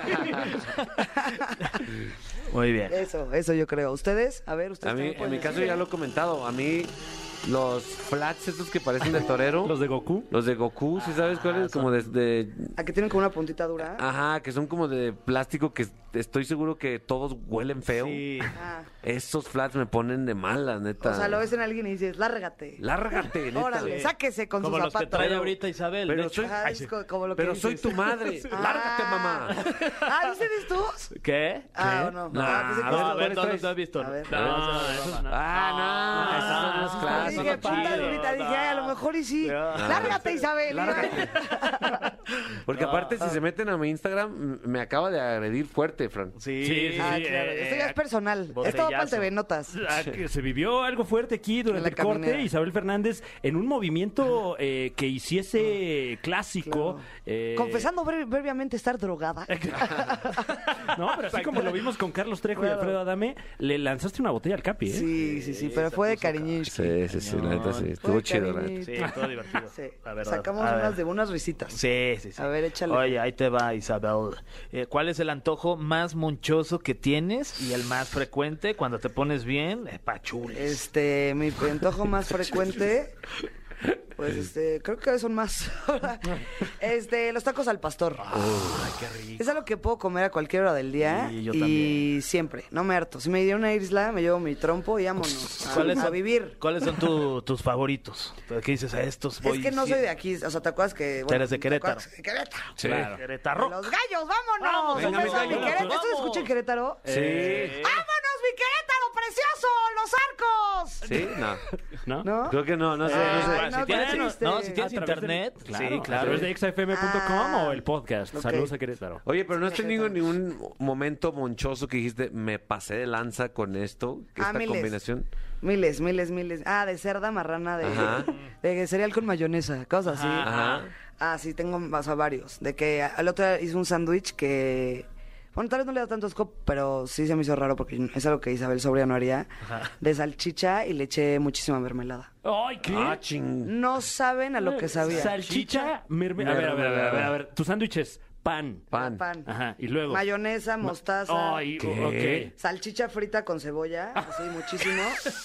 Speaker 3: Muy bien.
Speaker 7: eso, eso yo creo. ¿Ustedes? A ver,
Speaker 2: A mí,
Speaker 7: ustedes. también
Speaker 2: en
Speaker 7: pueden
Speaker 2: mi caso
Speaker 7: decir.
Speaker 2: ya lo he comentado, a mí los flats estos que parecen de torero,
Speaker 4: Los de Ah, Goku.
Speaker 2: los de Goku, ¿sí sabes cuáles? Como de, de-
Speaker 7: ¿A Ah, que tienen como una puntita dura?
Speaker 2: Ajá, que son como de plástico que estoy seguro que todos huelen feo.
Speaker 3: Sí.
Speaker 7: Ah,
Speaker 2: Esos flats me ponen de malas, neta.
Speaker 7: o sea, lo ves en alguien y dices, lárgate.
Speaker 2: Lárgate, neta.
Speaker 7: Órale, sáquese con
Speaker 3: Como
Speaker 7: sus
Speaker 3: los que
Speaker 7: zapatos.
Speaker 3: trae ahorita Isabel.
Speaker 2: Pero
Speaker 3: de hecho.
Speaker 2: soy-
Speaker 7: Ajá, es co- como lo que
Speaker 2: Pero soy
Speaker 7: dices.
Speaker 2: tu madre.
Speaker 7: Ah.
Speaker 2: Lárgate, mamá.
Speaker 7: Ah, ¿viste de estos?
Speaker 3: ¿Qué?
Speaker 7: Ah, ¿o no.
Speaker 2: No,
Speaker 7: Ah, pensé que
Speaker 3: No,
Speaker 2: ver,
Speaker 3: a
Speaker 7: estaban
Speaker 3: ver,
Speaker 2: ¿cuáles
Speaker 7: con-
Speaker 3: ¿dónde
Speaker 2: traes?
Speaker 3: te has visto?
Speaker 7: A ver.
Speaker 3: No,
Speaker 4: eso es una-
Speaker 2: Ah, no,
Speaker 3: Ah,
Speaker 2: esos son los
Speaker 3: ah,
Speaker 2: clásicos.
Speaker 7: Dije,
Speaker 3: son
Speaker 7: puta
Speaker 3: chidos.
Speaker 7: durita, dije, ay, a lo mejor y sí. Lárgate, Isabel.
Speaker 2: Lárgate. Porque
Speaker 3: No.
Speaker 2: aparte, si se meten a mi Instagram, m- me acaba de agredir fuerte, Fran.
Speaker 3: Sí,
Speaker 4: Sí, sí,
Speaker 7: Ah,
Speaker 4: sí,
Speaker 7: claro.
Speaker 4: eh,
Speaker 7: Esto ya es personal. Esto va
Speaker 3: botellazo.
Speaker 7: para el TV Notas.
Speaker 4: Ah, que se vivió algo fuerte aquí durante el
Speaker 7: la
Speaker 4: corte.
Speaker 7: caminera.
Speaker 4: Isabel Fernández en un movimiento eh, que hiciese clásico.
Speaker 7: Claro.
Speaker 4: eh,
Speaker 7: Confesando bre- brevemente estar drogada.
Speaker 4: No, pero así como lo vimos con Carlos Trejo y
Speaker 7: Claro.
Speaker 4: Alfredo Adame, le lanzaste una botella al Capi, ¿eh?
Speaker 7: Sí, sí, sí, pero fue de cariñín.
Speaker 2: Sí, sí, sí, la neta sí. Estuvo
Speaker 7: Fue
Speaker 2: chido, la
Speaker 7: cariñito.
Speaker 2: neta.
Speaker 3: Sí, todo divertido.
Speaker 7: Sí.
Speaker 3: La verdad.
Speaker 7: Sacamos
Speaker 3: A ver.
Speaker 7: unas de unas risitas.
Speaker 3: Sí, sí, sí.
Speaker 7: A ver, échale.
Speaker 3: Oye, ahí te va, Isabel. Eh, ¿Cuál es el antojo más monchoso que tienes y el más frecuente cuando te pones bien? Eh, pachules.
Speaker 7: Este, mi antojo más frecuente, pues este, creo que son más. este, los tacos al pastor.
Speaker 3: Ah, Ay, qué rico.
Speaker 7: Es algo que puedo comer a cualquier hora del día
Speaker 3: Sí, yo
Speaker 7: y
Speaker 3: también.
Speaker 7: siempre, no me harto. Si me diera una isla, me llevo mi trompo y vámonos a, a
Speaker 3: son,
Speaker 7: vivir.
Speaker 3: ¿Cuáles son tu- tus favoritos? ¿Qué dices a estos? voy
Speaker 7: Es que no soy
Speaker 3: siempre"?
Speaker 7: de aquí, o sea, ¿te acuerdas que...
Speaker 3: Eres de
Speaker 7: ¿te
Speaker 3: Querétaro.
Speaker 7: acuerdas? De Querétaro.
Speaker 2: Sí.
Speaker 3: Claro. Querétaro.
Speaker 7: Los gallos, vámonos.
Speaker 3: Venga,
Speaker 7: Un
Speaker 2: mis
Speaker 7: beso a mi
Speaker 2: gallos.
Speaker 7: Querétaro. ¿Esto se
Speaker 3: Vamos.
Speaker 7: escucha en Querétaro?
Speaker 2: Sí.
Speaker 7: ¡Vámonos, mi Querétaro precioso! ¡Los arcos!
Speaker 2: Sí, no.
Speaker 4: ¿no?
Speaker 7: ¿No?
Speaker 2: Creo que no, no sé,
Speaker 7: Ah,
Speaker 2: no sé.
Speaker 7: Ay,
Speaker 3: Eh, si
Speaker 7: no, qué
Speaker 3: tienes,
Speaker 7: triste.
Speaker 3: no, si
Speaker 7: A
Speaker 4: A
Speaker 3: tienes
Speaker 4: través de-
Speaker 3: internet,
Speaker 4: claro,
Speaker 3: sí,
Speaker 4: A
Speaker 3: claro.
Speaker 4: través de xfm.com
Speaker 7: Ah,
Speaker 4: o el podcast.
Speaker 7: ok.
Speaker 4: Saludos a Querétaro.
Speaker 2: Oye, pero no has
Speaker 7: Sí,
Speaker 2: tenido
Speaker 7: claro.
Speaker 2: ningún momento monchoso que dijiste, me pasé de lanza con esto,
Speaker 7: Ah,
Speaker 2: esta
Speaker 7: miles.
Speaker 2: combinación.
Speaker 7: Miles, miles, miles. Ah, de cerda marrana, de,
Speaker 2: Ajá.
Speaker 7: de cereal con mayonesa, cosas así.
Speaker 2: Ajá. Ajá.
Speaker 7: Ah, sí, tengo o sea, varios. De que al otro día hice un sándwich que... Bueno, tal vez no le da tanto scope, pero sí se me hizo raro porque es algo que Isabel Sobria no haría. De salchicha y le eché muchísima mermelada.
Speaker 4: ¡Ay, qué!
Speaker 2: Ah, ching.
Speaker 7: No saben a lo que sabía.
Speaker 4: Salchicha, mermelada. A ver, a ver, a ver, a ver, a ver. Tus sándwiches, pan.
Speaker 2: Pan.
Speaker 7: Pan.
Speaker 4: Ajá, y luego.
Speaker 7: Mayonesa, mostaza.
Speaker 4: Ay,
Speaker 2: ¿Qué?
Speaker 4: ok.
Speaker 7: Salchicha frita con cebolla, así muchísimo.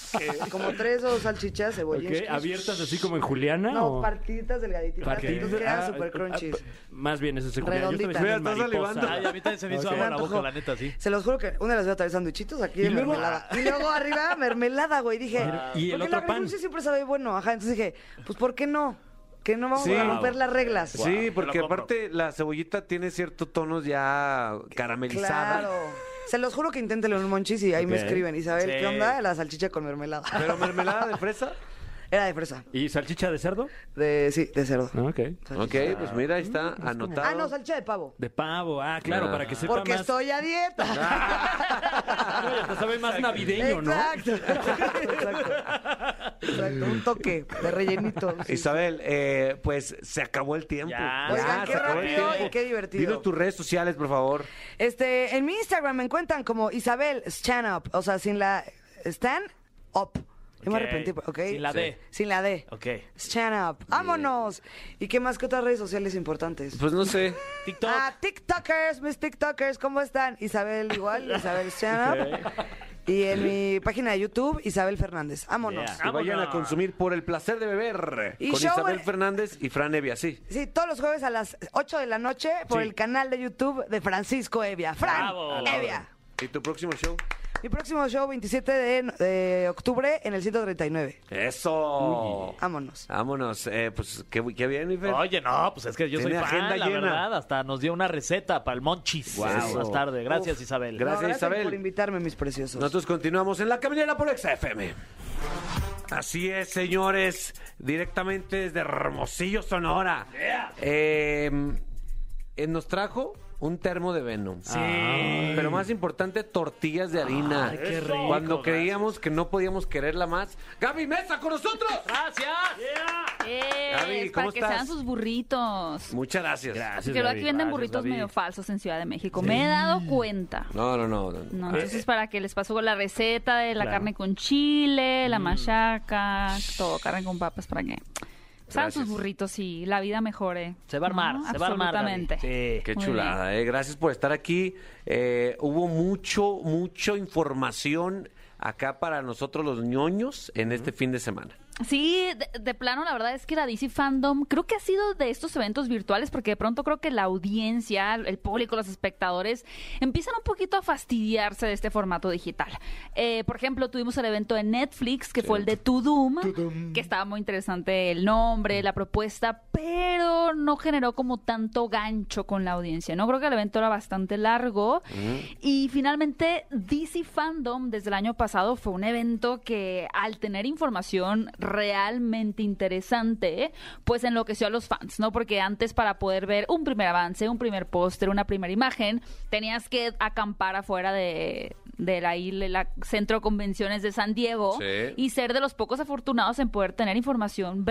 Speaker 7: Como tres o dos salchichas,
Speaker 4: Ok,
Speaker 7: cebollín.
Speaker 4: abiertas así como en Juliana.
Speaker 7: No,
Speaker 4: o...
Speaker 7: partiditas delgaditas. Partiditas
Speaker 4: Partidos
Speaker 7: que
Speaker 4: de-
Speaker 7: eran
Speaker 4: ah,
Speaker 7: super
Speaker 4: ah,
Speaker 7: crunchies.
Speaker 4: ah, más bien, eso es secundaria. Yo
Speaker 7: Redonditas.
Speaker 4: estaba pensando en
Speaker 2: Mira, estás
Speaker 4: mariposa.
Speaker 3: Ay, a mí también se me hizo
Speaker 7: Ok.
Speaker 3: agua la
Speaker 7: Me
Speaker 3: boca,
Speaker 7: antojó.
Speaker 3: la neta, sí.
Speaker 7: Se los juro que una les voy a traer sanduchitos aquí
Speaker 4: Y
Speaker 7: de
Speaker 4: luego-
Speaker 7: mermelada. Y luego arriba mermelada, güey. Dije,
Speaker 4: Ah. Y el
Speaker 7: porque
Speaker 4: otro
Speaker 7: lo agridulce
Speaker 4: pan.
Speaker 7: siempre sabe bueno. Ajá, entonces dije, pues ¿por qué no? Que no vamos
Speaker 2: Sí.
Speaker 7: a romper las reglas.
Speaker 2: Sí, porque
Speaker 3: lo compro.
Speaker 2: aparte la cebollita tiene ciertos tonos ya caramelizados.
Speaker 7: Claro. Se los juro que inténtelo en un monchis y ahí me
Speaker 4: Ok.
Speaker 7: escriben. Isabel,
Speaker 3: Sí.
Speaker 7: ¿qué onda? La salchicha con mermelada.
Speaker 2: Pero mermelada de fresa.
Speaker 7: Era de fresa.
Speaker 4: ¿Y salchicha de cerdo?
Speaker 7: De, sí, de cerdo.
Speaker 4: Ah, Ok.
Speaker 2: Ok, pues mira, ahí está anotado.
Speaker 7: Ah, no, salchicha de pavo.
Speaker 4: De pavo, ah, claro,
Speaker 2: Ah.
Speaker 4: para que sepa
Speaker 7: Porque
Speaker 4: más.
Speaker 7: estoy a dieta.
Speaker 4: No, ya te sabe más navideño, ¿no?
Speaker 7: Exacto. Exacto. Exacto. Un toque de rellenito. sí.
Speaker 2: Isabel, eh, pues se acabó el tiempo.
Speaker 3: Ya.
Speaker 7: Oigan,
Speaker 2: se
Speaker 7: qué
Speaker 2: acabó el
Speaker 7: rápido
Speaker 2: tiempo.
Speaker 7: y qué divertido.
Speaker 2: Dinos tus redes sociales, por favor.
Speaker 7: Este, en mi Instagram me encuentran como Isabel Stand Up. O sea, sin la Stand Up. Yo me
Speaker 3: Ok.
Speaker 7: arrepentí, ¿ok?
Speaker 3: Sin la D.
Speaker 7: Sin la D.
Speaker 3: Ok.
Speaker 7: Stand Up. ¡Vámonos! ¿Y qué más que otras redes sociales importantes?
Speaker 2: Pues no sé.
Speaker 3: TikTok.
Speaker 7: Ah, TikTokers, mis TikTokers, ¿cómo están? Isabel igual, Isabel Stand Up. Y en mi página de YouTube, Isabel Fernández. Vámonos.
Speaker 4: Yeah.
Speaker 2: Y vayan a
Speaker 4: Vámonos.
Speaker 2: consumir por el placer de beber
Speaker 7: Y
Speaker 2: con
Speaker 7: show eh.
Speaker 2: Isabel
Speaker 7: en-
Speaker 2: Fernández y Fran Evia, sí.
Speaker 7: Sí, todos los jueves a las 8 de la noche por
Speaker 4: Sí.
Speaker 7: el canal de YouTube de Francisco Evia. Fran
Speaker 3: Bravo. A la
Speaker 7: Evia.
Speaker 2: ¿Y tu próximo show?
Speaker 7: Mi próximo show, 27 de, de octubre en el 139.
Speaker 2: ¡Eso!
Speaker 7: Vámonos.
Speaker 2: Vámonos. Eh, pues qué, qué bien, Ifer.
Speaker 3: Oye, no, pues es que yo soy
Speaker 2: Tiene
Speaker 3: fan,
Speaker 2: agenda
Speaker 3: la
Speaker 2: llena.
Speaker 3: verdad. Hasta nos dio una receta para el monchis.
Speaker 2: Guau.
Speaker 3: Más tarde. Gracias,
Speaker 2: Uf,
Speaker 3: Isabel.
Speaker 2: gra- Gracias,
Speaker 7: No,
Speaker 2: Isabel.
Speaker 7: por invitarme, mis preciosos.
Speaker 2: Nosotros continuamos en La Caminera por XFM. Así es, señores, directamente desde Hermosillo, Sonora. Eh, eh, nos trajo un termo de Venom. Sí.
Speaker 3: Ah,
Speaker 2: Pero más importante, tortillas de harina.
Speaker 4: qué rico,
Speaker 2: Cuando creíamos que no podíamos quererla más. ¡Gaby Mesa con nosotros!
Speaker 4: Ah.
Speaker 3: Gracias.
Speaker 8: Eh,
Speaker 2: Gaby,
Speaker 8: es
Speaker 2: ¿cómo
Speaker 8: para que
Speaker 2: estás?
Speaker 8: sean sus burritos.
Speaker 2: Muchas gracias.
Speaker 4: Gracias,
Speaker 8: Porque luego
Speaker 4: Gaby.
Speaker 8: aquí venden
Speaker 4: Gracias,
Speaker 8: burritos
Speaker 4: Gaby.
Speaker 8: medio falsos en Ciudad de México. Me he dado cuenta.
Speaker 2: No, no, no. no,
Speaker 8: No,
Speaker 2: no.
Speaker 8: entonces para que les paso con la receta de la
Speaker 4: Claro.
Speaker 8: carne con chile, la machaca, todo, carne con papas, para que sean
Speaker 2: Gracias.
Speaker 8: sus burritos y la vida mejore.
Speaker 3: Se va a armar,
Speaker 8: ¿No?
Speaker 3: se va a armar. Gaby.
Speaker 8: Absolutamente.
Speaker 3: Sí.
Speaker 2: Qué
Speaker 8: Muy
Speaker 2: chulada, eh. gracias por estar aquí. Eh, hubo mucho, mucha información acá para nosotros los ñoños en este fin de semana.
Speaker 8: Sí, de, de plano, la verdad es que la DC Fandom creo que ha sido de estos eventos virtuales porque de pronto creo que la audiencia, el público, los espectadores empiezan un poquito a fastidiarse de este formato digital. Eh, por ejemplo, tuvimos el evento de Netflix que fue el de To Doom, que estaba muy interesante el nombre, la propuesta, pero no generó como tanto gancho con la audiencia. No creo que el evento era bastante largo y finalmente DC Fandom desde el año pasado fue un evento que al tener información realmente interesante, pues enloqueció a los fans, ¿no? Porque antes para poder ver un primer avance, un primer póster, una primera imagen, tenías que acampar afuera de, de la isla, la centro de convenciones de San Diego
Speaker 2: Sí.
Speaker 8: y ser de los pocos afortunados en poder tener información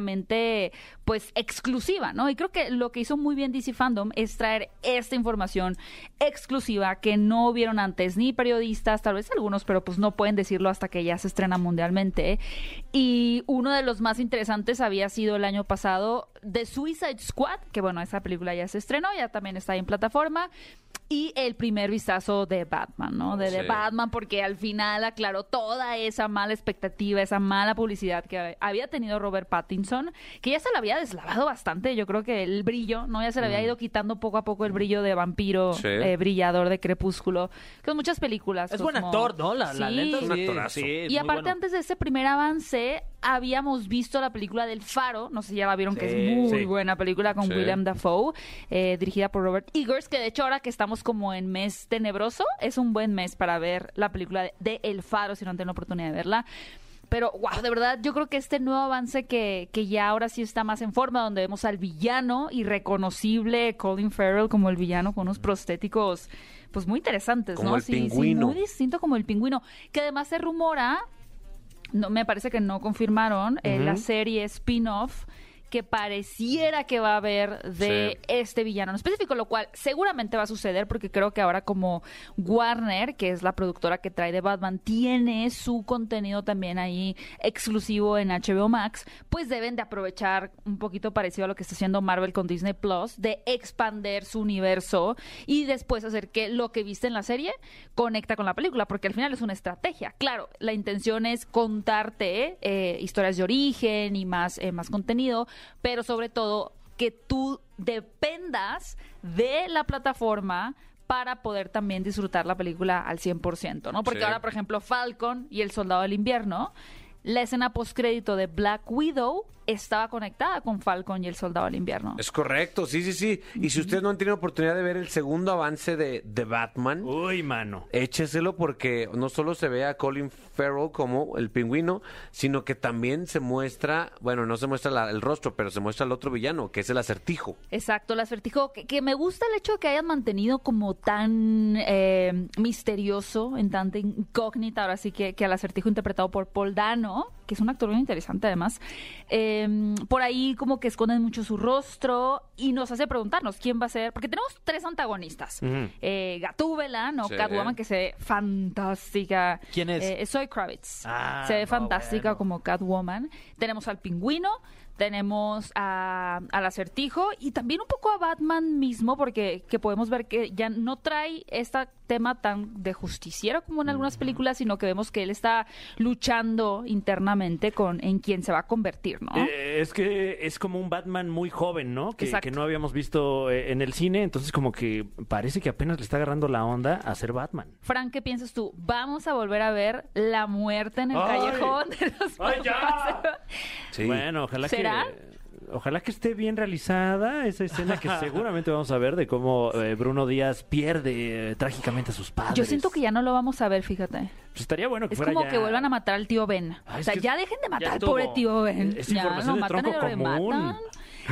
Speaker 8: verdaderamente pues exclusiva, ¿no? Y creo que lo que hizo muy bien DC Fandom es traer esta información exclusiva que no vieron antes ni periodistas, tal vez algunos, pero pues no pueden decirlo hasta que ya se estrena mundialmente. Y uno de los más interesantes había sido el año pasado The Suicide Squad, que bueno, esa película ya se estrenó, ya también está ahí en plataforma. Y el primer vistazo de Batman, ¿no? De The
Speaker 2: Sí.
Speaker 8: Batman. Batman porque al final aclaró toda esa mala expectativa, esa mala publicidad que había tenido Robert Pattinson, que ya se la había deslavado bastante, yo creo que el brillo, ¿no? Ya se le había ido quitando poco a poco el brillo de vampiro,
Speaker 2: Sí.
Speaker 8: eh, brillador de crepúsculo, con muchas películas.
Speaker 3: Es buen
Speaker 8: Cosmo.
Speaker 3: actor, ¿no? La, la
Speaker 8: Sí.
Speaker 3: neta, sí,
Speaker 2: Un actorazo.
Speaker 3: sí, es
Speaker 8: Y
Speaker 3: muy
Speaker 8: aparte,
Speaker 3: bueno.
Speaker 8: antes de ese primer avance, habíamos visto la película del Faro. No sé si ya la vieron, que
Speaker 3: Sí.
Speaker 8: es muy
Speaker 3: Sí.
Speaker 8: buena película con
Speaker 2: Sí.
Speaker 8: William Dafoe, eh, dirigida por Robert Eggers. Que de hecho, ahora que estamos como en mes tenebroso, es un buen mes para ver la película de, de El Faro, si no han tenido la oportunidad de verla. Pero, wow, de verdad, yo creo que este nuevo avance que, que ya ahora sí está más en forma, donde vemos al villano irreconocible Colin Farrell como el villano con unos prostéticos, pues muy interesantes,
Speaker 2: Como
Speaker 8: ¿no?
Speaker 2: el
Speaker 8: Sí, sí,
Speaker 2: pingüino.
Speaker 8: muy distinto como el pingüino. Que además se rumora no, me parece que no confirmaron eh, la serie spin-off que pareciera que va a haber de
Speaker 2: Sí.
Speaker 8: este villano en específico, lo cual seguramente va a suceder porque creo que ahora como Warner, que es la productora que trae de Batman, tiene su contenido también ahí exclusivo en HBO Max, pues deben de aprovechar un poquito parecido a lo que está haciendo Marvel con Disney Plus, de expander su universo y después hacer que lo que viste en la serie conecta con la película, porque al final es una estrategia. Claro, la intención es contarte eh, historias de origen y más, eh, más contenido, pero sobre todo que tú dependas de la plataforma para poder también disfrutar la película al 100%, ¿no? Porque
Speaker 2: Sí.
Speaker 8: ahora, por ejemplo, Falcon y El Soldado del Invierno, la escena postcrédito de Black Widow estaba conectada con Falcon y El Soldado del Invierno.
Speaker 2: Es correcto, sí, sí, sí. Y si ustedes no han tenido oportunidad de ver el segundo avance de, de Batman,
Speaker 4: Uy, mano.
Speaker 2: écheselo porque no solo se ve a Colin Farrell como el pingüino, sino que también se muestra, bueno, no se muestra la- el rostro, pero se muestra el otro villano, que es el acertijo.
Speaker 8: Exacto, el acertijo, que, que me gusta el hecho de que hayan mantenido como tan eh, misterioso, en tanta incógnita, ahora sí que, que al acertijo interpretado por Paul Dano, que es un actor bien interesante además, eh, por ahí como que esconden mucho su rostro y nos hace preguntarnos quién va a ser, porque tenemos tres antagonistas, eh, Gatúbela, ¿no?
Speaker 2: Sí.
Speaker 8: Catwoman, que se ve fantástica.
Speaker 3: ¿Quién es?
Speaker 8: Eh, soy Kravitz.
Speaker 3: Ah,
Speaker 8: se ve
Speaker 3: no,
Speaker 8: fantástica
Speaker 3: bueno.
Speaker 8: como Catwoman. Tenemos al pingüino, tenemos a, al acertijo y también un poco a Batman mismo, porque que podemos ver que ya no trae este tema tan de justiciero como en algunas películas, sino que vemos que él está luchando internamente con en quién se va a convertir, ¿no?
Speaker 4: Eh, es que es como un Batman muy joven, ¿no? Que,
Speaker 8: Exacto.
Speaker 4: que no habíamos visto eh, en el cine, entonces como que parece que apenas le está agarrando la onda a ser Batman.
Speaker 8: Fran, ¿qué piensas tú? Vamos a volver a ver la muerte en el
Speaker 4: ¡Ay!
Speaker 8: callejón de los
Speaker 4: ¡Ay, ya!
Speaker 8: papás.
Speaker 2: Sí.
Speaker 4: Bueno, ojalá
Speaker 8: ¿Será?
Speaker 4: que... Ojalá que esté bien realizada esa escena que seguramente vamos a ver de cómo eh, Bruno Díaz pierde eh, trágicamente a sus padres.
Speaker 8: Yo siento que ya no lo vamos a ver, fíjate.
Speaker 4: Pues estaría bueno que
Speaker 8: Es
Speaker 4: fuera
Speaker 8: como
Speaker 4: ya-
Speaker 8: que vuelvan a matar al tío Ben.
Speaker 4: Ay,
Speaker 8: o
Speaker 4: es
Speaker 8: sea,
Speaker 4: que
Speaker 8: ya dejen de matar
Speaker 4: ya
Speaker 8: al
Speaker 4: estuvo.
Speaker 8: pobre tío Ben.
Speaker 4: Es
Speaker 8: ya
Speaker 4: información de tronco
Speaker 8: y lo
Speaker 4: común.
Speaker 8: rematan.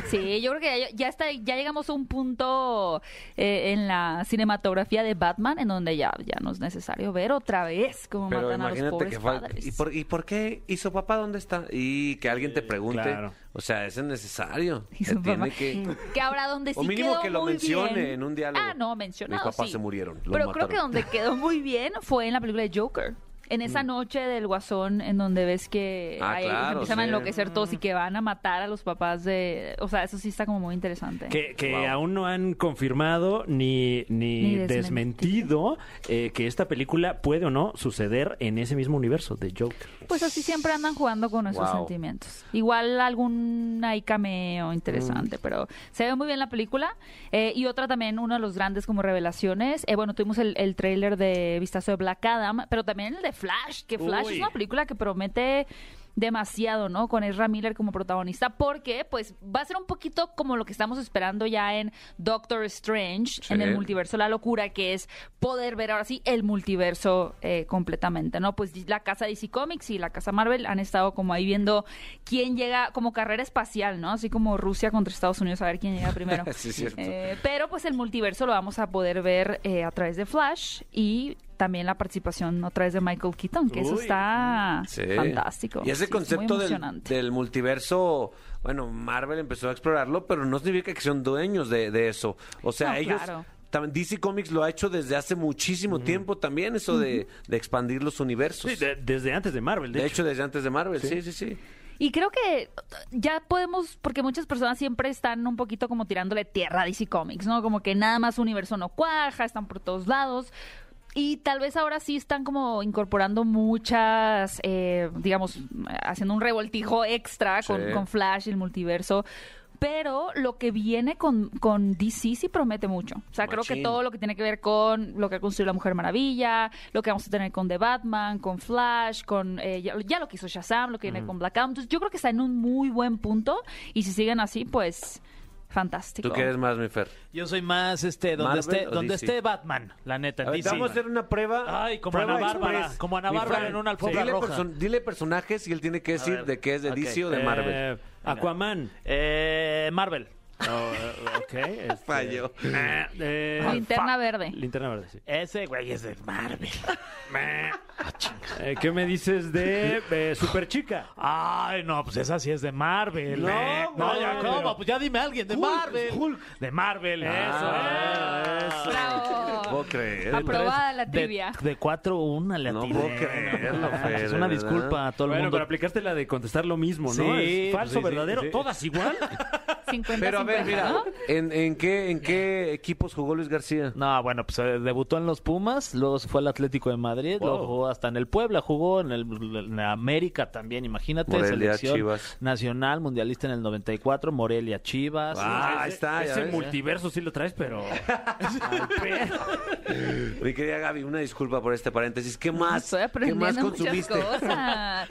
Speaker 8: Sí, yo creo que ya, ya está, ya llegamos a un punto eh, en la cinematografía de Batman en donde ya, ya no es necesario ver otra vez cómo
Speaker 2: Pero
Speaker 8: matan a los
Speaker 2: imagínate
Speaker 8: pobres
Speaker 2: que fue.
Speaker 8: padres.
Speaker 2: ¿y por, ¿Y por qué? ¿Y su papá dónde está? Y que alguien te pregunte.
Speaker 4: claro.
Speaker 2: O sea, eso es necesario.
Speaker 8: Y
Speaker 2: Se
Speaker 8: su
Speaker 2: tiene
Speaker 8: papá. "Mm".
Speaker 2: que.
Speaker 8: Que ahora donde sí
Speaker 2: O mínimo
Speaker 8: quedó
Speaker 2: que lo
Speaker 8: muy
Speaker 2: mencione
Speaker 8: bien-
Speaker 2: en un diálogo.
Speaker 8: Ah, no, mencionado
Speaker 2: Mis papás
Speaker 8: sí.
Speaker 2: se murieron, los
Speaker 8: Pero creo que
Speaker 2: mataron. Mm.
Speaker 8: donde quedó muy bien fue en la película de Joker. En esa noche del guasón, en donde ves que
Speaker 2: Ah,
Speaker 8: ahí
Speaker 2: claro,
Speaker 8: empiezan a
Speaker 2: sí.
Speaker 8: enloquecer todos y que van a matar a los papás de. O sea, eso sí está como muy interesante.
Speaker 4: Que, que
Speaker 2: Wow.
Speaker 4: aún no han confirmado ni, ni,
Speaker 8: Ni
Speaker 4: desmentido, eh, que esta película puede o no suceder en ese mismo universo de Joker.
Speaker 8: Pues así siempre andan jugando con nuestros
Speaker 2: Wow.
Speaker 8: sentimientos. Igual algún ahí cameo interesante, pero se ve muy bien la película. Eh, y otra también, uno de los grandes como revelaciones. eh, bueno, tuvimos el, el tráiler de Vistazo de Black Adam, pero también el de Flash, que Flash
Speaker 4: Uy.
Speaker 8: es una película que promete demasiado, ¿no? Con Ezra Miller como protagonista, porque pues va a ser un poquito como lo que estamos esperando ya en Doctor Strange,
Speaker 2: Sí.
Speaker 8: en el multiverso La Locura, que es poder ver ahora sí el multiverso eh, completamente, ¿no? Pues la casa DC Comics y la casa Marvel han estado como ahí viendo quién llega como carrera espacial, ¿no? Así como Rusia contra Estados Unidos, a ver quién llega primero.
Speaker 2: Sí, es cierto.
Speaker 8: Eh, pero pues el multiverso lo vamos a poder ver eh, a través de Flash y también la participación a través de Michael Keaton, que eso
Speaker 4: Uy.
Speaker 8: está
Speaker 2: Sí.
Speaker 8: fantástico.
Speaker 2: Y ese
Speaker 8: Sí, es muy
Speaker 2: concepto del,
Speaker 8: emocionante.
Speaker 2: del multiverso, bueno, Marvel empezó a explorarlo, pero no significa que sean dueños de, de eso. O sea,
Speaker 8: No,
Speaker 2: ellos...
Speaker 8: claro.
Speaker 2: tam- DC Comics lo ha hecho desde hace muchísimo tiempo también, eso de, de expandir los universos.
Speaker 4: Sí,
Speaker 2: de,
Speaker 4: de- desde antes de Marvel, de,
Speaker 2: hecho, desde antes de Marvel, sí, sí, sí.
Speaker 8: Y creo que ya podemos, porque muchas personas siempre están un poquito como tirándole tierra a DC Comics, ¿no? Como que nada más su universo no cuaja, están por todos lados. Y tal vez ahora sí están como incorporando muchas, eh, digamos, haciendo un revoltijo extra con,
Speaker 2: Sí.
Speaker 8: con Flash y el multiverso. Pero lo que viene con, con DC sí promete mucho. O sea, creo que
Speaker 2: Machín.
Speaker 8: todo lo que tiene que ver con lo que ha construido la Mujer Maravilla, lo que vamos a tener con The Batman, con Flash, con eh, ya, ya lo que hizo Shazam, lo que viene con Black Adam. Entonces, yo creo que está en un muy buen punto y si siguen así, pues fantástico.
Speaker 2: ¿Tú quieres más, mi Fer?
Speaker 3: Yo soy más este donde
Speaker 2: ¿Marvel
Speaker 3: esté
Speaker 2: o
Speaker 3: donde
Speaker 2: DC?
Speaker 3: esté Batman, la neta, en
Speaker 2: A ver,
Speaker 3: DC.
Speaker 2: vamos a hacer una prueba.
Speaker 3: Ay, como
Speaker 2: prueba
Speaker 3: Ana Bárbara,
Speaker 2: express.
Speaker 3: como Ana
Speaker 2: Mi
Speaker 3: Bárbara
Speaker 2: Fran,
Speaker 3: en una alfombra
Speaker 2: dile
Speaker 3: roja.
Speaker 2: dile personajes y él tiene que decir
Speaker 3: ver,
Speaker 2: de qué es de
Speaker 3: ok.
Speaker 2: DC o de
Speaker 4: Eh,
Speaker 2: Marvel.
Speaker 4: Aquaman.
Speaker 3: Eh, Marvel.
Speaker 4: Oh, eh, ok, este,
Speaker 2: Falló.
Speaker 4: eh, eh,
Speaker 8: Linterna
Speaker 4: fuck.
Speaker 8: verde.
Speaker 4: Linterna verde, sí.
Speaker 3: Ese güey es de Marvel.
Speaker 4: Eh, ¿Qué me dices de eh, Superchica?
Speaker 3: Ay, no, pues esa sí es de Marvel.
Speaker 4: No,
Speaker 3: eh. no,
Speaker 4: güey.
Speaker 3: ya, ¿cómo? Pues ya dime a alguien de Marvel.
Speaker 4: Hulk.
Speaker 3: De Marvel,
Speaker 4: Ah,
Speaker 3: eso. eh.
Speaker 2: Puedo
Speaker 8: Bravo.
Speaker 2: creer.
Speaker 8: Aprobada la
Speaker 3: De-
Speaker 8: trivia.
Speaker 3: De 4-1 le
Speaker 2: No
Speaker 3: atiné.
Speaker 2: puedo creerlo,
Speaker 3: manches,
Speaker 2: Fer, de
Speaker 3: Ah, Una
Speaker 2: verdad.
Speaker 3: disculpa a todo el
Speaker 4: Bueno,
Speaker 3: mundo.
Speaker 4: pero aplicaste la de contestar lo mismo, ¿no?
Speaker 3: Sí, pues
Speaker 4: Es falso,
Speaker 3: sí, sí,
Speaker 4: verdadero,
Speaker 3: sí.
Speaker 4: todas igual.
Speaker 8: 50
Speaker 2: Pero a ver,
Speaker 8: 50,
Speaker 2: mira,
Speaker 8: ¿no?
Speaker 2: ¿en, en qué, ¿en qué equipos jugó Luis García?
Speaker 3: No, bueno, pues eh, debutó en los Pumas, luego se fue al Atlético de Madrid,
Speaker 4: Wow.
Speaker 3: luego jugó hasta en el Puebla, jugó en, el, en América también, imagínate,
Speaker 2: Morelia,
Speaker 3: selección
Speaker 2: Chivas.
Speaker 3: nacional, mundialista en el 94, Morelia, Chivas.
Speaker 2: Ah,
Speaker 4: Ese-
Speaker 2: ahí está, ya
Speaker 4: Ese
Speaker 2: ves.
Speaker 4: multiverso sí lo traes, pero... al pedo.
Speaker 2: Mi querida Gaby, una disculpa por este paréntesis. ¿Qué más?
Speaker 8: Estoy
Speaker 2: ¿Qué
Speaker 8: aprendiendo
Speaker 2: más
Speaker 8: muchas
Speaker 2: consumiste?
Speaker 8: cosas.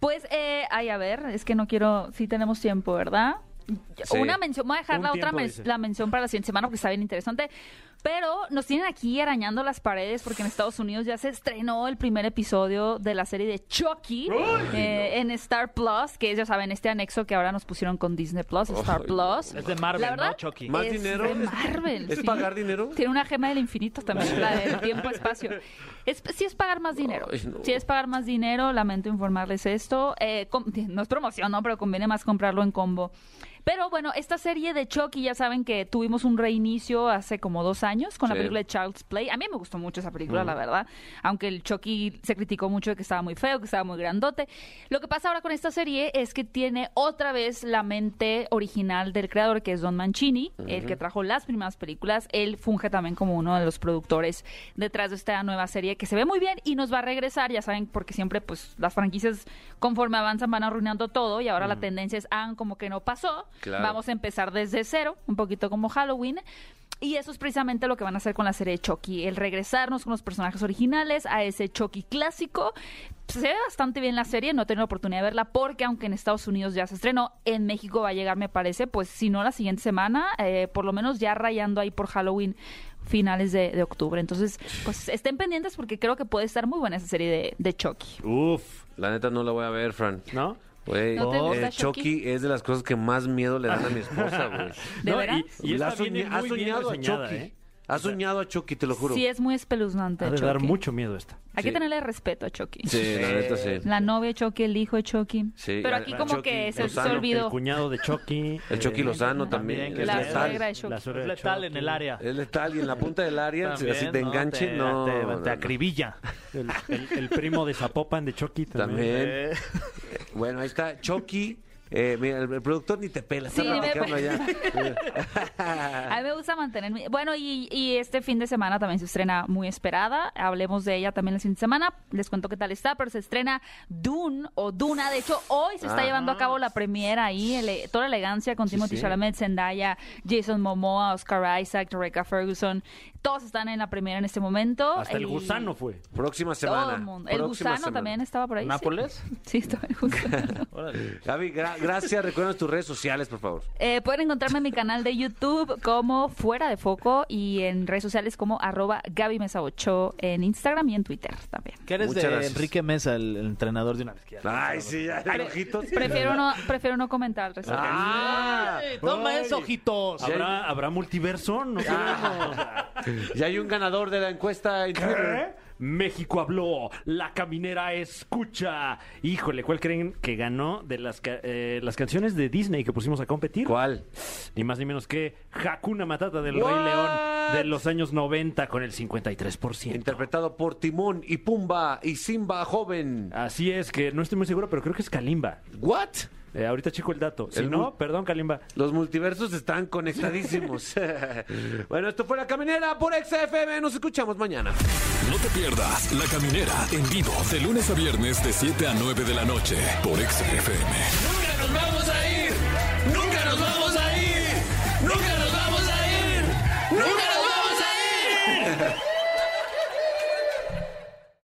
Speaker 8: Pues, eh, ay, a ver, es que no quiero, sí tenemos tiempo, ¿verdad?
Speaker 2: Sí.
Speaker 8: Una mención, voy a dejar
Speaker 4: Un
Speaker 8: la otra
Speaker 4: tiempo,
Speaker 8: men-
Speaker 4: dice.
Speaker 8: la mención para la siguiente semana porque está bien interesante. Pero nos tienen aquí arañando las paredes porque en Estados Unidos ya se estrenó el primer episodio de la serie de Chucky eh, en Star Plus, que es, ya saben, este anexo que ahora nos pusieron con Disney Plus, Star
Speaker 2: Ay,
Speaker 8: Plus.
Speaker 3: Es de Marvel,
Speaker 8: La verdad,
Speaker 3: ¿no, Chucky?
Speaker 2: ¿Más
Speaker 8: es
Speaker 2: dinero?
Speaker 8: De
Speaker 2: ¿Es-
Speaker 8: Marvel.
Speaker 2: ¿Es
Speaker 8: sí.
Speaker 2: pagar dinero?
Speaker 8: Tiene una gema del infinito también, la del tiempo-espacio. Es, sí es pagar más dinero.
Speaker 2: Ay, no.
Speaker 8: Sí es pagar más dinero, lamento informarles esto. Eh, com- no es promoción, ¿no? Pero conviene más comprarlo en combo. Pero bueno, esta serie de Chucky, ya saben que tuvimos un reinicio hace como dos años con la
Speaker 2: Sí.
Speaker 8: película de Child's Play. A mí me gustó mucho esa película, la verdad. Aunque el Chucky se criticó mucho de que estaba muy feo, que estaba muy grandote. Lo que pasa ahora con esta serie es que tiene otra vez la mente original del creador, que es Don Mancini, el que trajo las primeras películas. Él funge también como uno de los productores detrás de esta nueva serie que se ve muy bien y nos va a regresar, ya saben, porque siempre pues las franquicias conforme avanzan van arruinando todo y ahora la tendencia es, ah, como que no pasó,
Speaker 2: Claro.
Speaker 8: vamos a empezar desde cero, un poquito como Halloween. Y eso es precisamente lo que van a hacer con la serie de Chucky, el regresarnos con los personajes originales a ese Chucky clásico. Se ve bastante bien la serie, no he tenido oportunidad de verla porque aunque en Estados Unidos ya se estrenó, en México va a llegar, me parece, pues si no la siguiente semana, eh, por lo menos ya rayando ahí por Halloween finales de, de octubre. Entonces, pues estén pendientes porque creo que puede estar muy buena esa serie de, de Chucky.
Speaker 4: Uf,
Speaker 2: La neta no la voy a ver, Fran.
Speaker 4: ¿no?
Speaker 2: Güey,
Speaker 8: ¿No te gusta
Speaker 2: eh, Chucky?
Speaker 8: Chucky
Speaker 2: es de las cosas que más miedo le dan a mi esposa, güey.
Speaker 8: ¿De
Speaker 4: No,
Speaker 8: veras?
Speaker 4: Y, y
Speaker 2: La
Speaker 4: esta
Speaker 2: ha soñ-
Speaker 4: viene
Speaker 2: ha
Speaker 4: muy bien
Speaker 2: soñado a
Speaker 4: reseñada,
Speaker 2: Chucky.
Speaker 4: ¿eh?
Speaker 2: Ha soñado a Chucky, te lo juro.
Speaker 8: Sí, es muy espeluznante.
Speaker 4: Ha de
Speaker 8: Chucky.
Speaker 4: dar mucho miedo esta.
Speaker 8: Hay que
Speaker 2: Sí.
Speaker 8: tenerle respeto a Chucky.
Speaker 2: Sí, la neta sí.
Speaker 8: La novia de Chucky, el hijo de Chucky.
Speaker 2: Sí,
Speaker 8: Pero
Speaker 2: la-
Speaker 8: aquí
Speaker 2: la
Speaker 8: como
Speaker 2: Chucky,
Speaker 8: que se, se
Speaker 2: Lozano,
Speaker 4: El
Speaker 8: olvidó.
Speaker 4: cuñado de Chucky.
Speaker 2: El Chucky
Speaker 4: eh,
Speaker 2: Lozano también.
Speaker 3: que
Speaker 2: es
Speaker 8: la
Speaker 3: es letal.
Speaker 8: suegra
Speaker 2: letal.
Speaker 8: de Chucky.
Speaker 4: La suegra
Speaker 3: Es
Speaker 4: de
Speaker 3: letal
Speaker 4: Chucky.
Speaker 3: en el área.
Speaker 2: Es letal y en la punta del área, si
Speaker 3: También,
Speaker 2: así te
Speaker 3: ¿no?
Speaker 2: enganche,
Speaker 3: Te-
Speaker 2: no.
Speaker 3: te-
Speaker 2: no,
Speaker 3: Te
Speaker 2: no.
Speaker 3: acribilla.
Speaker 4: El, el- el primo de Zapopan de Chucky también.
Speaker 2: También.
Speaker 3: Eh,
Speaker 2: Bueno, ahí está Chucky. Eh, mira, el, el productor ni te pela, está
Speaker 8: Sí, ni me
Speaker 2: platicando allá.
Speaker 8: A mí me gusta mantenerme. Bueno, y, y este fin de semana también se estrena muy esperada. Hablemos de ella también el fin de semana. Les cuento qué tal está, pero se estrena Dune o Duna. De hecho, hoy se está
Speaker 2: Ah.
Speaker 8: llevando a cabo la premiera ahí. ele- toda la elegancia con Timothy Chalamet, Zendaya, Jason Momoa, Oscar Isaac, Rebecca Ferguson. Todos están en la premiera en este momento.
Speaker 4: Hasta el
Speaker 8: Y
Speaker 4: gusano fue.
Speaker 2: Próxima semana.
Speaker 8: Todo el mundo. El
Speaker 2: próxima
Speaker 8: gusano
Speaker 2: semana.
Speaker 8: también estaba por ahí. sí.
Speaker 3: ¿Nápoles?
Speaker 8: Sí, estaba el gusano.
Speaker 2: Gaby, gra- gracias. Recuerden tus redes sociales, por favor.
Speaker 8: Eh, pueden encontrarme en mi canal de YouTube como Fuera de Foco y en redes sociales como arroba Gaby Mesa 8 en Instagram y en Twitter también.
Speaker 3: Que eres
Speaker 2: Muchas
Speaker 3: de
Speaker 2: gracias.
Speaker 3: Enrique Mesa, el, el entrenador de una vez.
Speaker 2: Ay, sí, ya, de ojitos.
Speaker 8: Prefiero no, prefiero no comentar al respecto.
Speaker 2: Ah,
Speaker 3: toma
Speaker 4: Ay.
Speaker 3: eso, ojitos.
Speaker 4: ¿Habrá, ¿habrá multiverso? No sabemos.
Speaker 2: ya hay un ganador de la encuesta en Twitter.
Speaker 4: ¿Eh? México habló, la caminera escucha. Híjole, ¿cuál creen que ganó de las, ca- eh, las canciones de Disney que pusimos a competir?
Speaker 2: ¿Cuál?
Speaker 4: Ni más ni menos que Hakuna Matata del Rey León de los años 90 con el 53%.
Speaker 2: Interpretado por Timón y Pumba y Simba joven.
Speaker 4: Así es que no estoy muy seguro, pero creo que es Kalimba.
Speaker 2: ¿What?
Speaker 4: Eh, ahorita checo el dato. Si
Speaker 2: El
Speaker 4: no,
Speaker 2: mu-
Speaker 4: perdón, Kalimba.
Speaker 2: Los multiversos están conectadísimos. bueno, esto fue La Caminera por XFM. Nos escuchamos mañana.
Speaker 1: No te pierdas La Caminera en vivo de lunes a viernes de 7 a 9 de la noche por XFM.
Speaker 9: Nunca nos vamos a